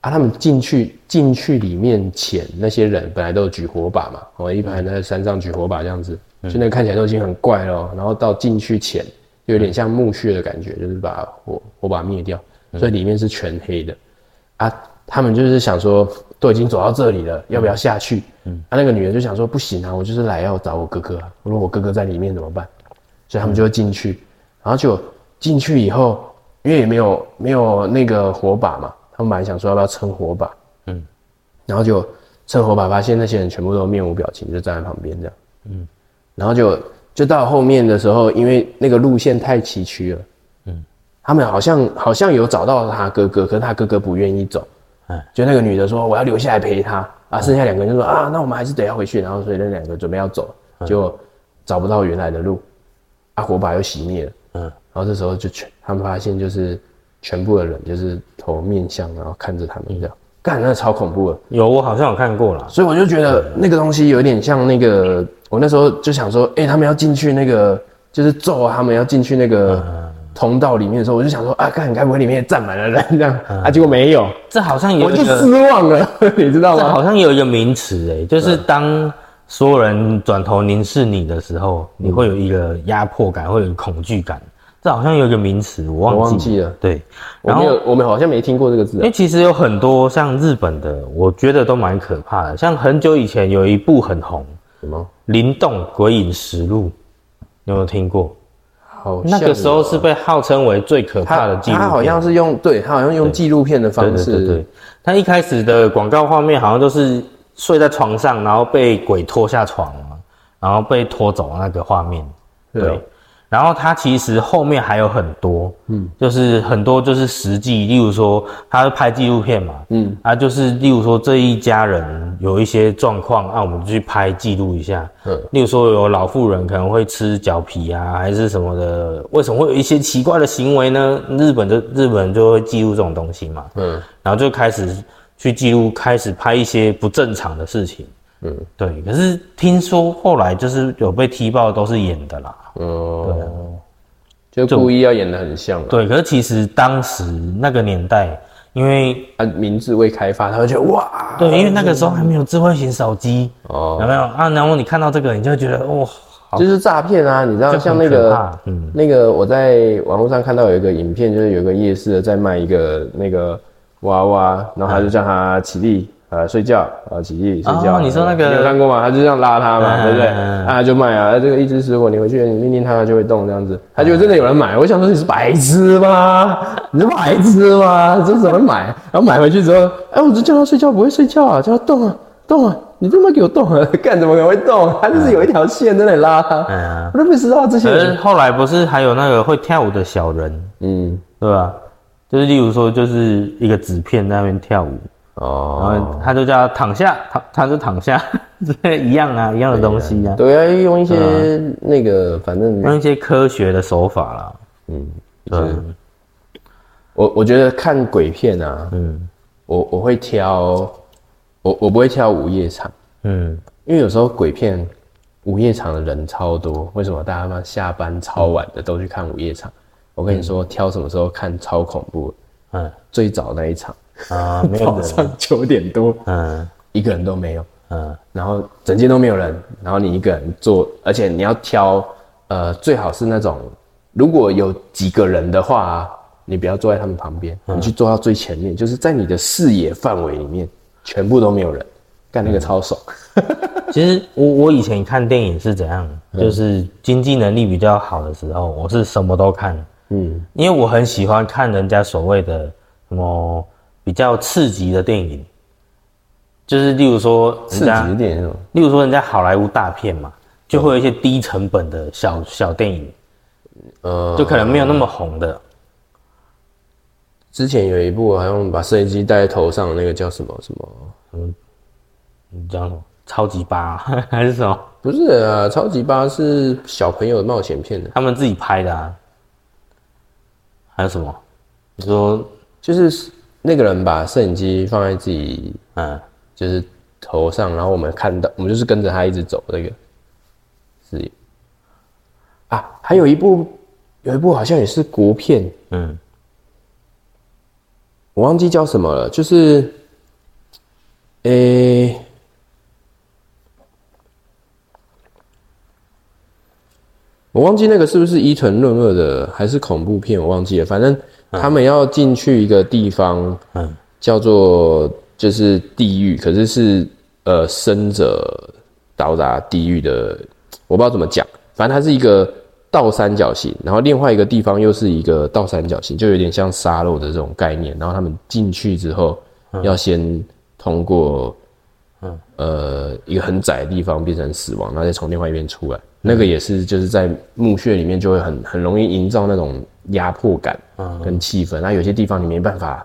啊，他们进去进去里面前，那些人本来都有举火把嘛，哦，一排人在山上举火把这样子，就那个看起来都已经很怪了哦、然后到进去前，就有点像墓穴的感觉，就是把火火把灭掉，所以里面是全黑的。啊，他们就是想说，都已经走到这里了，要不要下去？嗯，啊，那个女人就想说，不行啊，我就是来要找我哥哥啊，如果我哥哥在里面怎么办？所以他们就进去，然后就进去以后，因为也没有没有那个火把嘛，他们本来想说要不要撑火把，嗯，然后就趁火把发现那些人全部都面无表情，就站在旁边这样，嗯，然后就就到后面的时候，因为那个路线太崎岖了，嗯，他们好像好像有找到他哥哥，可是他哥哥不愿意走，哎就那个女的说我要留下来陪他啊，剩下两个人就说啊，那我们还是得要回去，然后所以那两个准备要走，结果找不到原来的路，啊，火把又熄灭了，嗯然后这时候就全他们发现就是全部的人就是头面向，然后看着他们嗯这样，干那超恐怖的，有我好像有看过啦，所以我就觉得那个东西有点像那个，我那时候就想说，哎、他们要进去那个就是咒他们要进去那嗯个通道里面的时候，我就想说啊，干该不会里面站满了人这样嗯啊？结果没有，这好像有我就一失个，望了， (laughs) 你知道这吗？好像有一个名词诶、就是当所有人转头凝视你的时候，你会有一个压迫感，会有一个恐惧感。这好像有一个名词，我忘记我忘记了对，我然没后有，我们好像没听过这个字因啊、为其实有很多像日本的，我觉得都蛮可怕的。像很久以前有一部很红，什么？ 《灵动鬼影实录》，你有没有听过？好像那个时候是被号称为最可怕的他纪录他片。好像是用对他好像用纪录片的方对对式对，他一开始的广告画面好像都是睡在床上，然后被鬼拖下床啊，然后被拖走那个画面。对哦然后他其实后面还有很多，嗯，就是很多就是实际，例如说他拍纪录片嘛，嗯，啊，就是例如说这一家人有一些状况，啊，我们就去拍记录一下，嗯，例如说有老妇人可能会吃脚皮啊，还是什么的，为什么会有一些奇怪的行为呢？日本的日本人就会记录这种东西嘛，嗯，然后就开始去记录，开始拍一些不正常的事情。嗯，对。可是听说后来就是有被踢爆，都是演的啦。嗯哦，就故意要演的很像啊啊对，可是其实当时那个年代，因为啊，民智未开发，他会觉得哇，对，因为那个时候还没有智慧型手机，有啊哦，没有啊？然后你看到这个，你就会觉得哇，好就是诈骗啊，你知道就像很那可个怕嗯那个我在网络上看到有一个影片，就是有一个夜市的在卖一个那个娃娃，然后他就叫他起立，啊，睡觉啊，起义睡觉。嗯呃哦你说那个你有看过吗？他就这样拉他嘛，嗯对不对？嗯嗯啊，他就卖啊，这个一只水果，你回去你命令它，它就会动这样子。他就真的有人买，我想说你是白痴吗？你是白痴吗？这怎么买？然后买回去之后，哎，我就叫它睡觉，不会睡觉啊，叫它动啊动啊，你他妈给我动啊， (laughs) 干怎么可能会动？它就是有一条线在那里拉它。嗯我都不知道这些可是人，后来不是还有那个会跳舞的小人，嗯，对吧？就是例如说，就是一个纸片在那边跳舞，然哦，后他就叫他躺下，躺他就躺下， (laughs) 这一样啊，一样的东西啊，对啊，用一些那个，反正用一些科学的手法啦，嗯，对是我我觉得看鬼片啊，嗯我我会挑，我我不会挑午夜场，嗯，因为有时候鬼片午夜场的人超多，为什么大家嘛下班超晚的都去看午夜场？我跟你说，挑什么时候看超恐怖的，嗯最早那一场，啊，没有早人， (laughs) 上九点多， (laughs) 嗯一个人都没有，嗯然后整间都没有人，然后你一个人坐，而且你要挑，呃，最好是那种如果有几个人的话啊、你不要坐在他们旁边，你去坐到最前面，就是在你的视野范围里面，全部都没有人，干那个超爽。其实我我以前看电影是怎样，就是经济能力比较好的时候，我是什么都看，嗯因为我很喜欢看人家所谓的什么比较刺激的电影，就是例如说人刺家激一，点那种，例如说人家好莱坞大片嘛，就会有一些低成本的小小电影，呃，就可能没有那么红的。之前有一部好像把摄影机戴在头上，那个叫什么什么？你知道什么？超级八啊 (laughs) 还是什么？不是啊，超级八是小朋友的冒险片的，他们自己拍的啊？还有什么？你说，就是那个人把摄影机放在自己嗯，就是头上，然后我们看到，我们就是跟着他一直走。这个是啊，还有一部有一部好像也是国片，嗯，我忘记叫什么了，就是诶、我忘记那个是不是伊藤润二的，还是恐怖片，我忘记了。反正他们要进去一个地方，嗯，叫做就是地狱，可是是呃生者到达地狱的，我不知道怎么讲，反正它是一个倒三角形，然后另外一个地方又是一个倒三角形，就有点像沙漏的这种概念。然后他们进去之后，要先通过。呃，一个很窄的地方变成死亡，然后再从另外一边出来，那个也是就是在墓穴里面就会很很容易营造那种压迫感跟气氛。那、有些地方你没办法，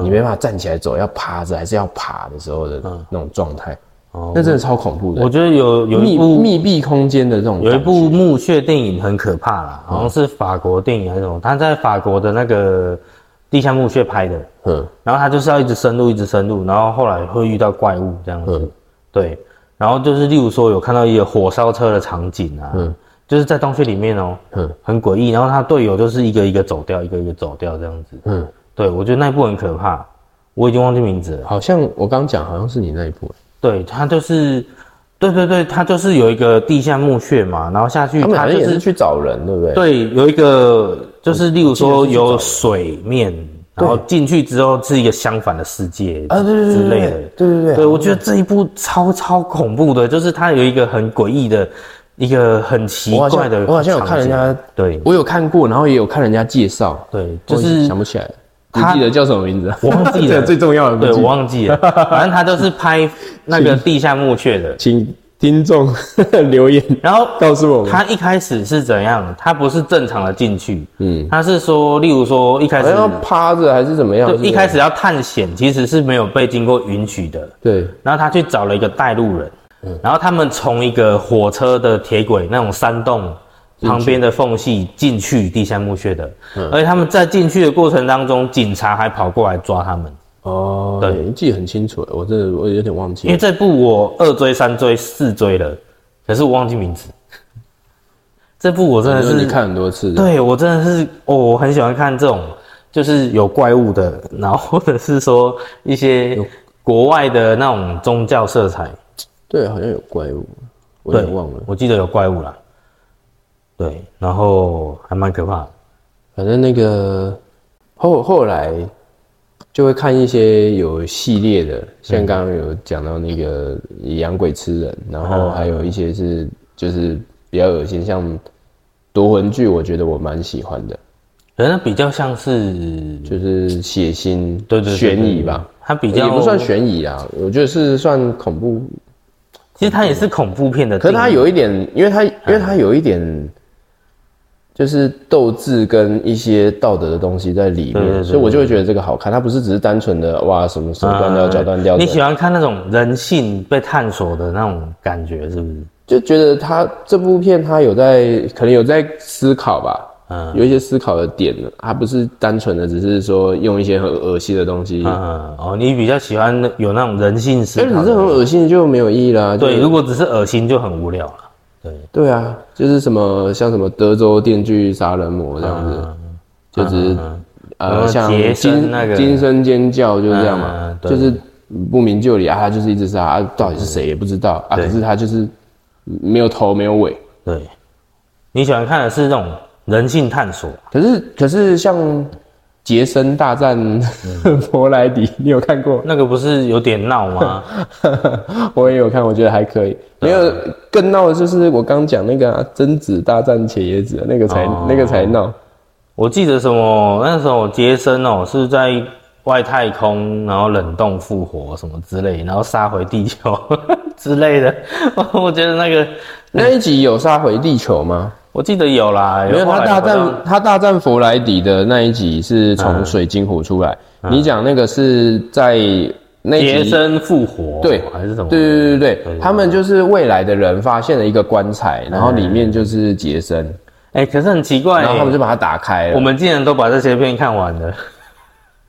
你没办法站起来走，要趴着还是要爬的时候的那种状态，哦那真的超恐怖的。我觉得有有一密部密闭空间的这种感觉，有一部墓穴电影很可怕啦，好像是法国电影还是什么，他在法国的那个地下墓穴拍的，嗯，然后他就是要一直深入，一直深入，然后后来会遇到怪物这样子，嗯对，然后就是例如说有看到一个火烧车的场景啊，就是在洞穴里面哦、嗯很诡异，然后他队友就是一个一个走掉，一个一个走掉这样子，嗯，对我觉得那一部很可怕，我已经忘记名字了，好像我刚讲好像是你那一部，对他就是，对对对，他就是有一个地下墓穴嘛，然后下去他们好他像就也是是去找人，对不对？对，有一个就是，例如说有水面，然后进去之后是一个相反的世界啊，对对对之类对的。对对啊对对，我觉得这一部超超恐怖的，就是它有一个很诡异的，一个很奇我好像怪的我好像有看场景人家对我有看过，然后也有看人家介绍，对，就我是想不起来了，你他记得叫什么名字啊？我忘记 (laughs) 这了最重要的不对记得我忘记了，反正他就是 (laughs) 拍那个地下墓穴的。请听众 (laughs) 留言然后告诉我们。他一开始是怎样？他不是正常的进去，嗯，哎他是说，例如说一开好始像要趴着还是怎么样？对，是不是一开始要探险，其实是没有被经过允许的。对，然后他去找了一个带路人，嗯然后他们从一个火车的铁轨那种山洞旁边的缝隙进去地下墓穴的，嗯而且他们在进去的过程当中，警察还跑过来抓他们。哦，对你记得很清楚，我这我有点忘记因为了。这部我二追、三追、四追了，可是我忘记名字。 (laughs) 这部我真的就是是你看很多次，，对我真的是，哦，我很喜欢看这种，就是有怪物的，然后或者是说一些国外的那种宗教色彩。对，好像有怪物，我有对，点忘了。我记得有怪物啦。对，然后还蛮可怕的。反正那个后后来就会看一些有系列的，像刚刚有讲到那个以养鬼吃人，然后还有一些是就是比较恶心，像夺魂剧，我觉得我蛮喜欢的，可能比较像是就是血腥、对对对悬疑吧，，对它比较也不算，悬疑啊，我觉得是算恐怖，其实它也是恐怖片的啊可定义，是它有一点，因为它嗯因为它有一点。就是斗志跟一些道德的东西在里面，对对对所以我就会觉得这个好看。它不是只是单纯的哇什么手断掉、脚断掉嗯的，你喜欢看那种人性被探索的那种感觉，是不是？就觉得他这部片他有在可能有在思考吧，嗯有一些思考的点呢，他不是单纯的只是说用一些很恶心的东西，嗯，哦，你比较喜欢有那种人性思哎、考你这的。很恶心就没有意义啦。对，就如果只是恶心就很无聊了。对啊，就是什么像什么德州电锯杀人魔这啊样子，嗯就只是、然呃后像杰森惊那个惊声尖叫就是这样嘛嗯，对嗯就是不明就里啊，他就是一直杀，啊到底是谁也不知道啊，对可是他就是没有头没有尾。对，你喜欢看的是那种人性探索。可是可是像杰森大战嗯 (laughs) 伯莱迪，你有看过？那个不是有点闹吗？我也有看，我觉得还可以。没有嗯更闹的就是我刚讲那个啊贞、子大战茄椰子，那个才、哦那个才闹。我记得什么那时候杰森哦是在外太空，然后冷冻复活什么之类，然后杀回地球 (laughs) 之类的。 (laughs) 我我觉得那个那一集有杀回地球吗？我记得有啦，没有，后他来大好像战他大战弗莱迪的那一集是嗯从水晶湖出来。你讲那个是在那一杰集森复活，对还是什么？嗯对对对对对对，他们就是未来的人发现了一个棺材，然后里面就是杰森，嗯哎、可是很奇怪、然后他们欸，就把它打开了我。们竟然都把这些片看完了。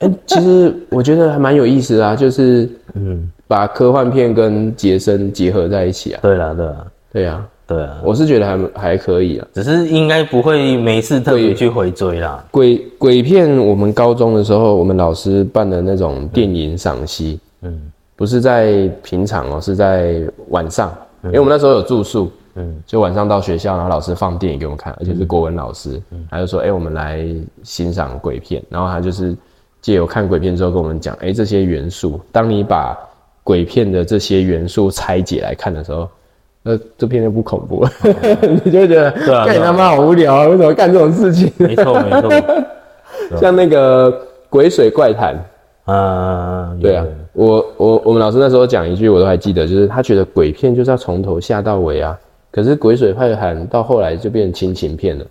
(laughs) 哎、其实我觉得还蛮有意思的啊，就是嗯，把科幻片跟杰森结合在一起啊。对了，对了，对啊，对啊，我是觉得还还可以啊。只是应该不会没事特别去回追啦。鬼鬼片，我们高中的时候，我们老师办的那种电影赏析，嗯不是在平常哦，是在晚上，因为我们那时候有住宿，嗯，就晚上到学校，然后老师放电影给我们看，而且是国文老师，他就说：“哎、我们来欣赏鬼片。”然后他就是借由看鬼片之后跟我们讲：“哎、这些元素，当你把鬼片的这些元素拆解来看的时候，那这片就不恐怖了， (laughs) 你就会觉得对啊干你他妈好无聊啊，为什么干这种事情？没错没 (laughs) 错，啊像那个《鬼水怪谈》，嗯，对啊，我我我们老师那时候讲一句，我都还记得，就是他觉得鬼片就是要从头吓到尾啊。可是《鬼水怪谈》到后来就变成亲情片了。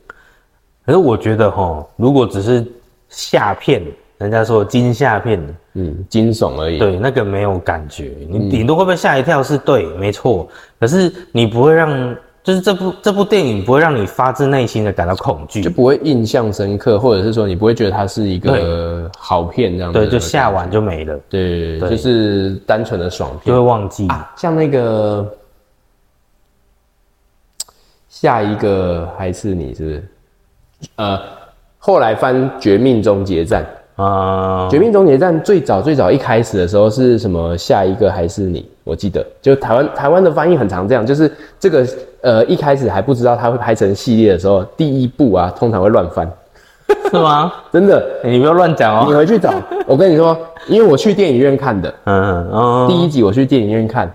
可是我觉得哈，如果只是吓片，人家说惊吓片，嗯，惊悚而已。对那个没有感觉，你顶多会被吓一跳是对，没错。可是你不会让，就是这部这部电影不会让你发自内心的感到恐惧就，不会印象深刻，或者是说你不会觉得它是一个好片这样子对，的。就吓完就没了，对，对就是单纯的爽就片会。忘记。像那个下一个还是你是不是？呃，后来翻《绝命终结战》，啊、绝命终结战》最早最早一开始的时候是什么？下一个还是你？我记得，就台湾台湾的翻译很常这样，就是这个呃一开始还不知道它会拍成系列的时候，第一部啊通常会乱翻。是吗？真的， (laughs) 欸你不要乱讲你哦。回去找。我跟你说，因为我去电影院看的嗯嗯，第一集，我去电影院看，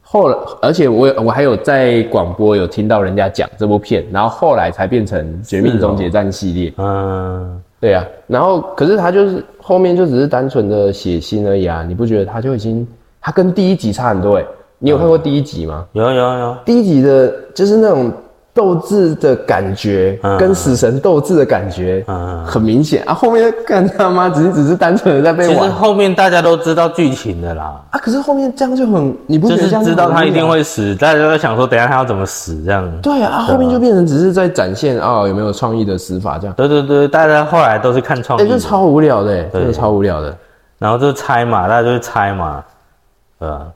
后来而且我有我还有在广播有听到人家讲这部片，然后后来才变成《绝命终结战》系列。嗯，对啊，然后可是它就是后面就只是单纯的血腥而已啊，你不觉得它就已经它跟第一集差很多哎、你有看过第一集吗？有有有，第一集的就是那种斗志的感觉，嗯跟死神斗志的感觉，嗯很明显啊。后面干他妈只是只是单纯的在被其实玩后面大家都知道剧情的啦，啊，可是后面这样就很，你不觉就得是这样知道他一定很无聊。会死，大家都在想说等一下他要怎么死这样。对啊，后面就变成只是在展现啊、有没有创意的死法这样，对对对，大家后来都是看创哎、意这的，超无聊的、欸，真的超无聊的。然后就猜嘛，大家就猜嘛，对吧？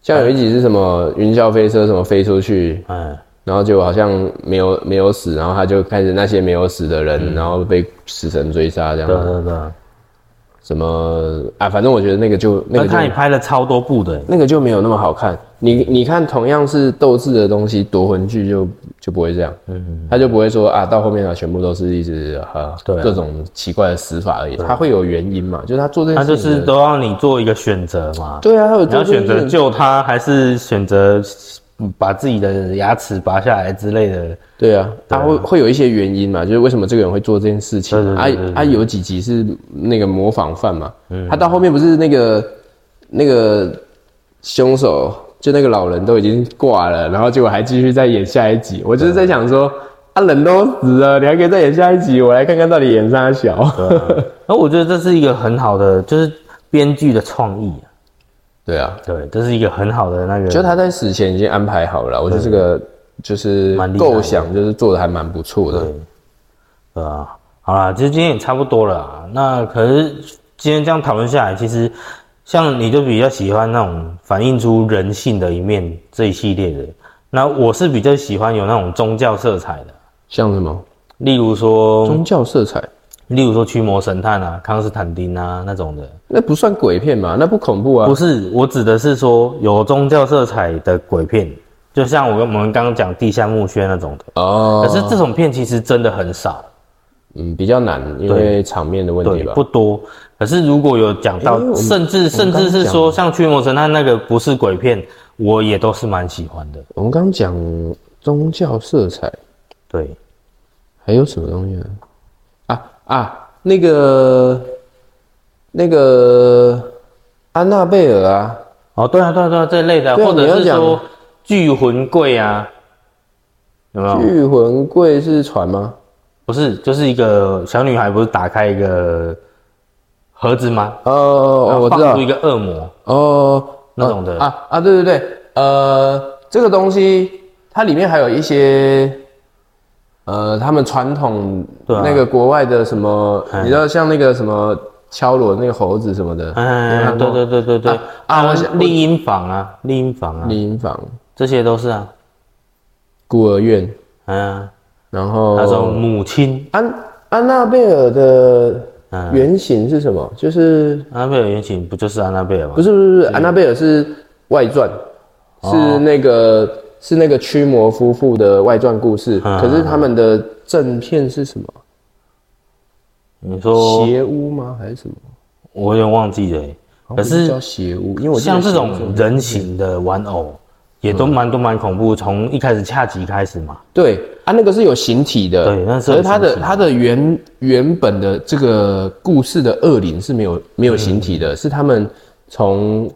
像有一集是什么云霄飞车什么飞出去，嗯，然后就好像没有没有死，然后他就开始那些没有死的人，然后被死神追杀这嗯对样。对对，什么啊，反正我觉得那个就那那个就他也拍了超多部的欸，那个就没有那么好看。你你看，同样是斗志的东西，夺魂剧就就不会这样，他就不会说啊，到后面啊，全部都是一直啊嗯对啊各种奇怪的死法而已，他会有原因嘛，就是他做这他件就事情是的，都要你做一个选择嘛。对啊，他有你做要这件选择事情，救他，还是选择嗯把自己的牙齿拔下来之类的？对啊，他会会有一些原因嘛，就是为什么这个人会做这件事情对对啊对对对嗯啊啊，有几集是那个模仿犯嘛，他到后面不是那个那个凶手就那个老人都已经挂了，然后结果还继续再演下一集，我就是在想说。啊，人都死了，你还可以再演下一集，我来看看到底演啥小。而我觉得这是一个很好的，就是编剧的创意啊、对啊，对，这是一个很好的那个，就他在死前已经安排好了，我觉得这个就是蛮厉害的构想，就是做的还蛮不错的。对啊，好啦，其实今天也差不多了啊。那可是今天这样讨论下来，其实像你就比较喜欢那种反映出人性的一面这一系列的，那我是比较喜欢有那种宗教色彩的，像什么例如说，宗教色彩，例如说驱魔神探啊、康斯坦丁啊那种的。那不算鬼片嘛？那不恐怖啊？不是，我指的是说有宗教色彩的鬼片，就像我跟我们刚刚讲地下墓穴那种的。哦，可是这种片其实真的很少，嗯比较难，因为场面的问题对，吧不。多。可是如果有讲到诶我，们甚至我们甚刚至是讲说像《驱魔神探》那个不是鬼片，我也都是蛮喜欢的。我们刚刚讲宗教色彩，对，还有什么东西呢？啊啊，那个那个安娜贝尔啊，哦，对啊，对啊，对啊，这类的，对啊或你要者是讲说聚魂柜啊，有没有？聚魂柜是船吗？不是，就是一个小女孩，不是打开一个盒子吗？哦哦，然后我知放道出一，个恶魔。哦，那种的啊啊，对对对，呃，这个东西它里面还有一些，呃，他们传统对啊那个国外的什么，哎你知道像那个什么敲锣那个猴子什么的，哎，对对对对对啊啊我丽婴房啊，丽婴房啊，灵隐坊、这些都是啊，孤儿院，嗯，然他说后母亲，安安娜贝尔的嗯，原型是什么？就是安娜贝尔原型不就是安娜贝尔吗？不是，是不是不是，安娜贝尔是外传，哦是那个、是那个驱魔夫妇的外传故事。嗯可是他们的正片是什么？你说邪巫吗？还是什么？我有点忘记了欸，可好像不是叫邪巫，因为我记得像这邪巫种人形的玩偶，也都蛮都蛮恐怖，从一开始恰吉开始嘛，对啊，那个是有形体的，对那是可是有它的形体的它的原原本的这个故事的恶灵是没有没有形体的，是他们从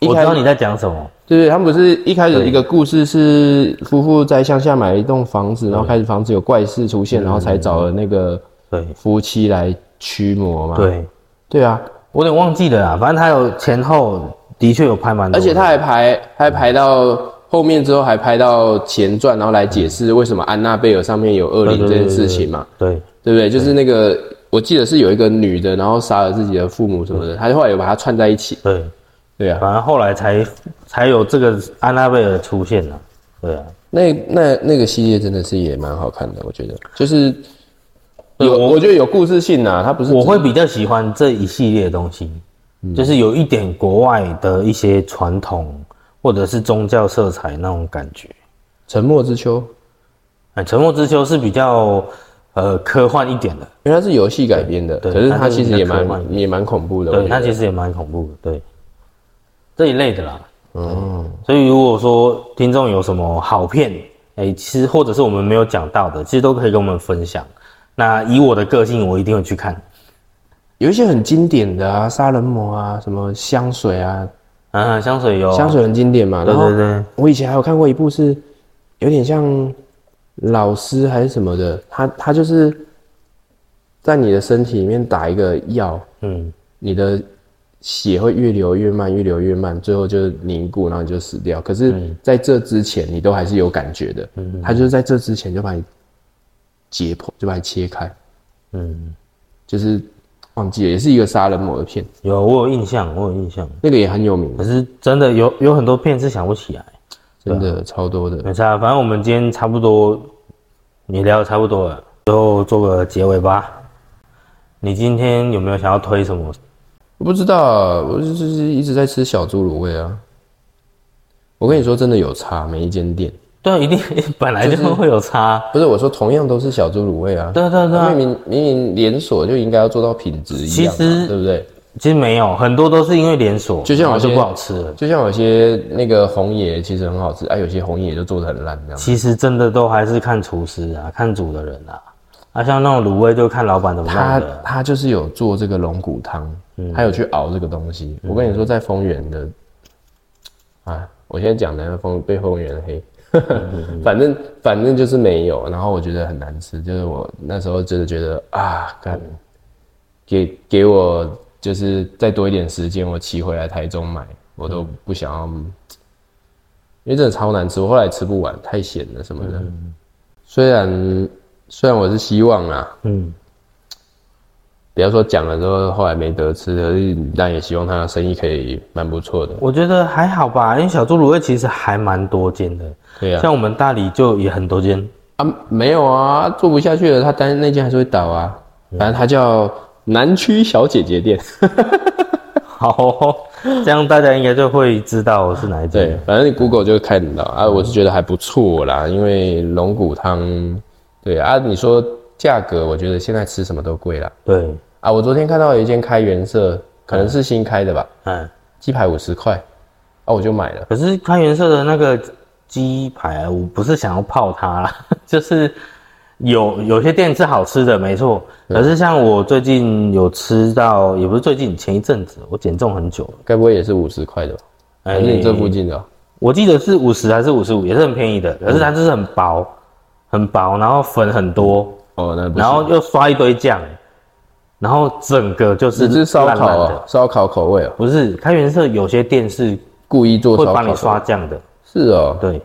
一嗯我知开道始你在讲什么，对，他们不是一开始对一个故事是夫妇在乡下买了一栋房子，然后开始房子有怪事出现，然后才找了那个对夫妻来驱魔嘛。对，对啊，我有点忘记了啊，反正他有前后的确有拍蛮多而的，且他还排还排到后面之后还拍到前传，然后来解释为什么安娜贝尔上面有恶对灵这对对件对事情嘛，对，对不对？就是那个我记得是有一个女的，然后杀了自己的父母什么的，他后来有把它串在一起。对。对啊，反正后来才才有这个安娜贝尔的出现呢、对啊，那那那个系列真的是也蛮好看的，我觉得就是对有，我我觉得有故事性啊，它不是我会比较喜欢这一系列的东西，嗯就是有一点国外的一些传统或者是宗教色彩那种感觉。沉默之秋，哎，《沉默之秋》是比较呃科幻一点的，因为它是游戏改编的，对可是它它就其是实比也较科幻一蛮也蛮恐怖的。我对，觉它得其实也蛮恐怖的，对这一类的啦。哦嗯，所以如果说听众有什么好片，哎、其实或者是我们没有讲到的，其实都可以跟我们分享。那以我的个性，我一定会去看。有一些很经典的啊，杀人魔啊，什么香水啊，啊，香水有香水很经典嘛。对然后对对，我以前还有看过一部是有点像老师还是什么的，他他就是在你的身体里面打一个药，嗯，你的血会越流越慢，越流越慢，最后就凝固，然后你就死掉。可是在这之前，你都还是有感觉的。他就是在这之前就把你解剖，就把你切开。嗯，就是忘记了，也是一个杀人魔的片，有我有印象，我有印象。那个也很有名可，是真的有有很多片是想不起来，真的超多的。没差，反正我们今天差不多也聊得差不多了，最后做个结尾吧。你今天有没有想要推什么？我不知道啊，我就是一直在吃小猪卤味啊。我跟你说，真的有差，每一间店对啊，一定 (laughs) 本来就会有差。不是我说同样都是小猪卤味啊，对啊对啊对啊明明明明连锁就应该要做到品质一样、啊，其实对不对？其实没有，很多都是因为连锁，就像然有后些就不好吃了。就像有些那个红野其实很好吃，啊，有些红野就做的很烂这样。其实真的都还是看厨师啊，看煮的人啊。啊，像那种卤味就看老板怎么弄他的。他就是有做这个龙骨汤，他有去熬这个东西。我跟你说，在丰原的，啊，我现在讲的丰被丰原黑， (laughs) 反正反正就是没有。然后我觉得很难吃，就是我那时候真的觉得啊，干，给给我就是再多一点时间，我骑回来台中买，我都不想要，因为真的超难吃。我后来吃不完，太咸了什么的。虽然虽然我是希望啦。嗯，不要说讲了之后后来没得吃，可是但也希望他的生意可以蛮不错的。我觉得还好吧，因为小猪卤味其实还蛮多间的，对啊呀、像我们大理就也很多间。啊，没有啊，做不下去了，他单那间还是会倒啊。反正他叫南区小姐姐店，好、哦，这样大家应该就会知道是哪一间对。，反正你 Google 就会看得到啊。我是觉得还不错啦，因为龙骨汤，对啊，你说价格，我觉得现在吃什么都贵啦。对，啊，我昨天看到有一间开原色，可能是新开的吧，嗯，鸡排五十块，啊，我就买了。可是开元社的那个鸡排，啊我不是想要泡它啦， (laughs) 就是有有些店是好吃的，没错。嗯可是像我最近有吃到，也不是最近，前一阵子我减重很久了，哎该不会也是五十块的吧？还是你这附近的嗯哦、我记得是五十还是五十五，也是很便宜的。可是它就是很薄，很薄，然后粉很多，哦，那不然行后又刷一堆酱，然后整个就是只是烧烂烂烤的啊，。烧烤口味哦，不是开元社有些店是故意做会烧烤帮口你味。刷酱的，是哦，对，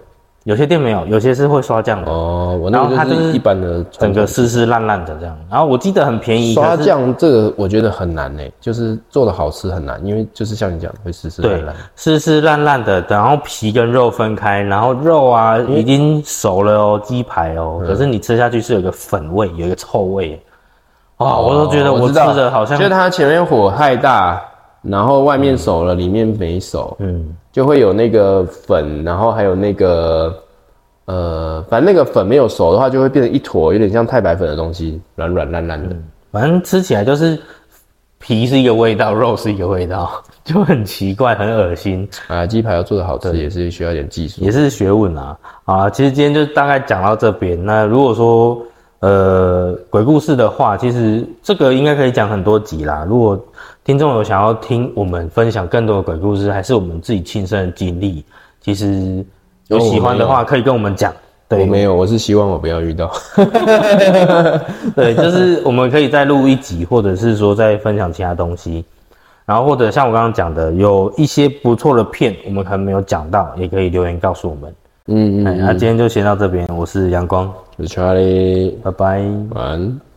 有些店没有，有些是会刷酱的，哦，我那然后它个就就是是一般的传整统个湿湿烂烂的这样。然后我记得很便宜，刷可是酱这个我觉得很难呢，就是做的好吃很难，因为就是像你讲的会湿湿烂对烂。，湿湿烂烂的，然后皮跟肉分开，然后肉啊嗯已经熟了哦，鸡排哦，可是你吃下去是有一个粉味，有一个臭味，哦，我都觉得哦我知吃道的好像就是它前面火太大，然后外面熟了，里面没熟，嗯，就会有那个粉，然后还有那个呃，反正那个粉没有熟的话，就会变成一坨，有点像太白粉的东西，软软烂烂的。反正吃起来就是皮是一个味道，肉是一个味道，就很奇怪，很恶心。啊，鸡排要做的好吃也是需要一点技术。也是学问啊啊！其实今天就大概讲到这边。那如果说呃鬼故事的话，其实这个应该可以讲很多集啦。如果听众有想要听我们分享更多的鬼故事，还是我们自己亲身的经历，其实有喜欢的话可以跟我们讲。我对没有，我是希望我不要遇到。对，就是我们可以再录一集，或者是说再分享其他东西。然后或者像我刚刚讲的，有一些不错的片，我们可能没有讲到，也可以留言告诉我们。嗯嗯，哎，那、今天就先到这边，我是阳光。我是 Charlie，拜拜。晚安。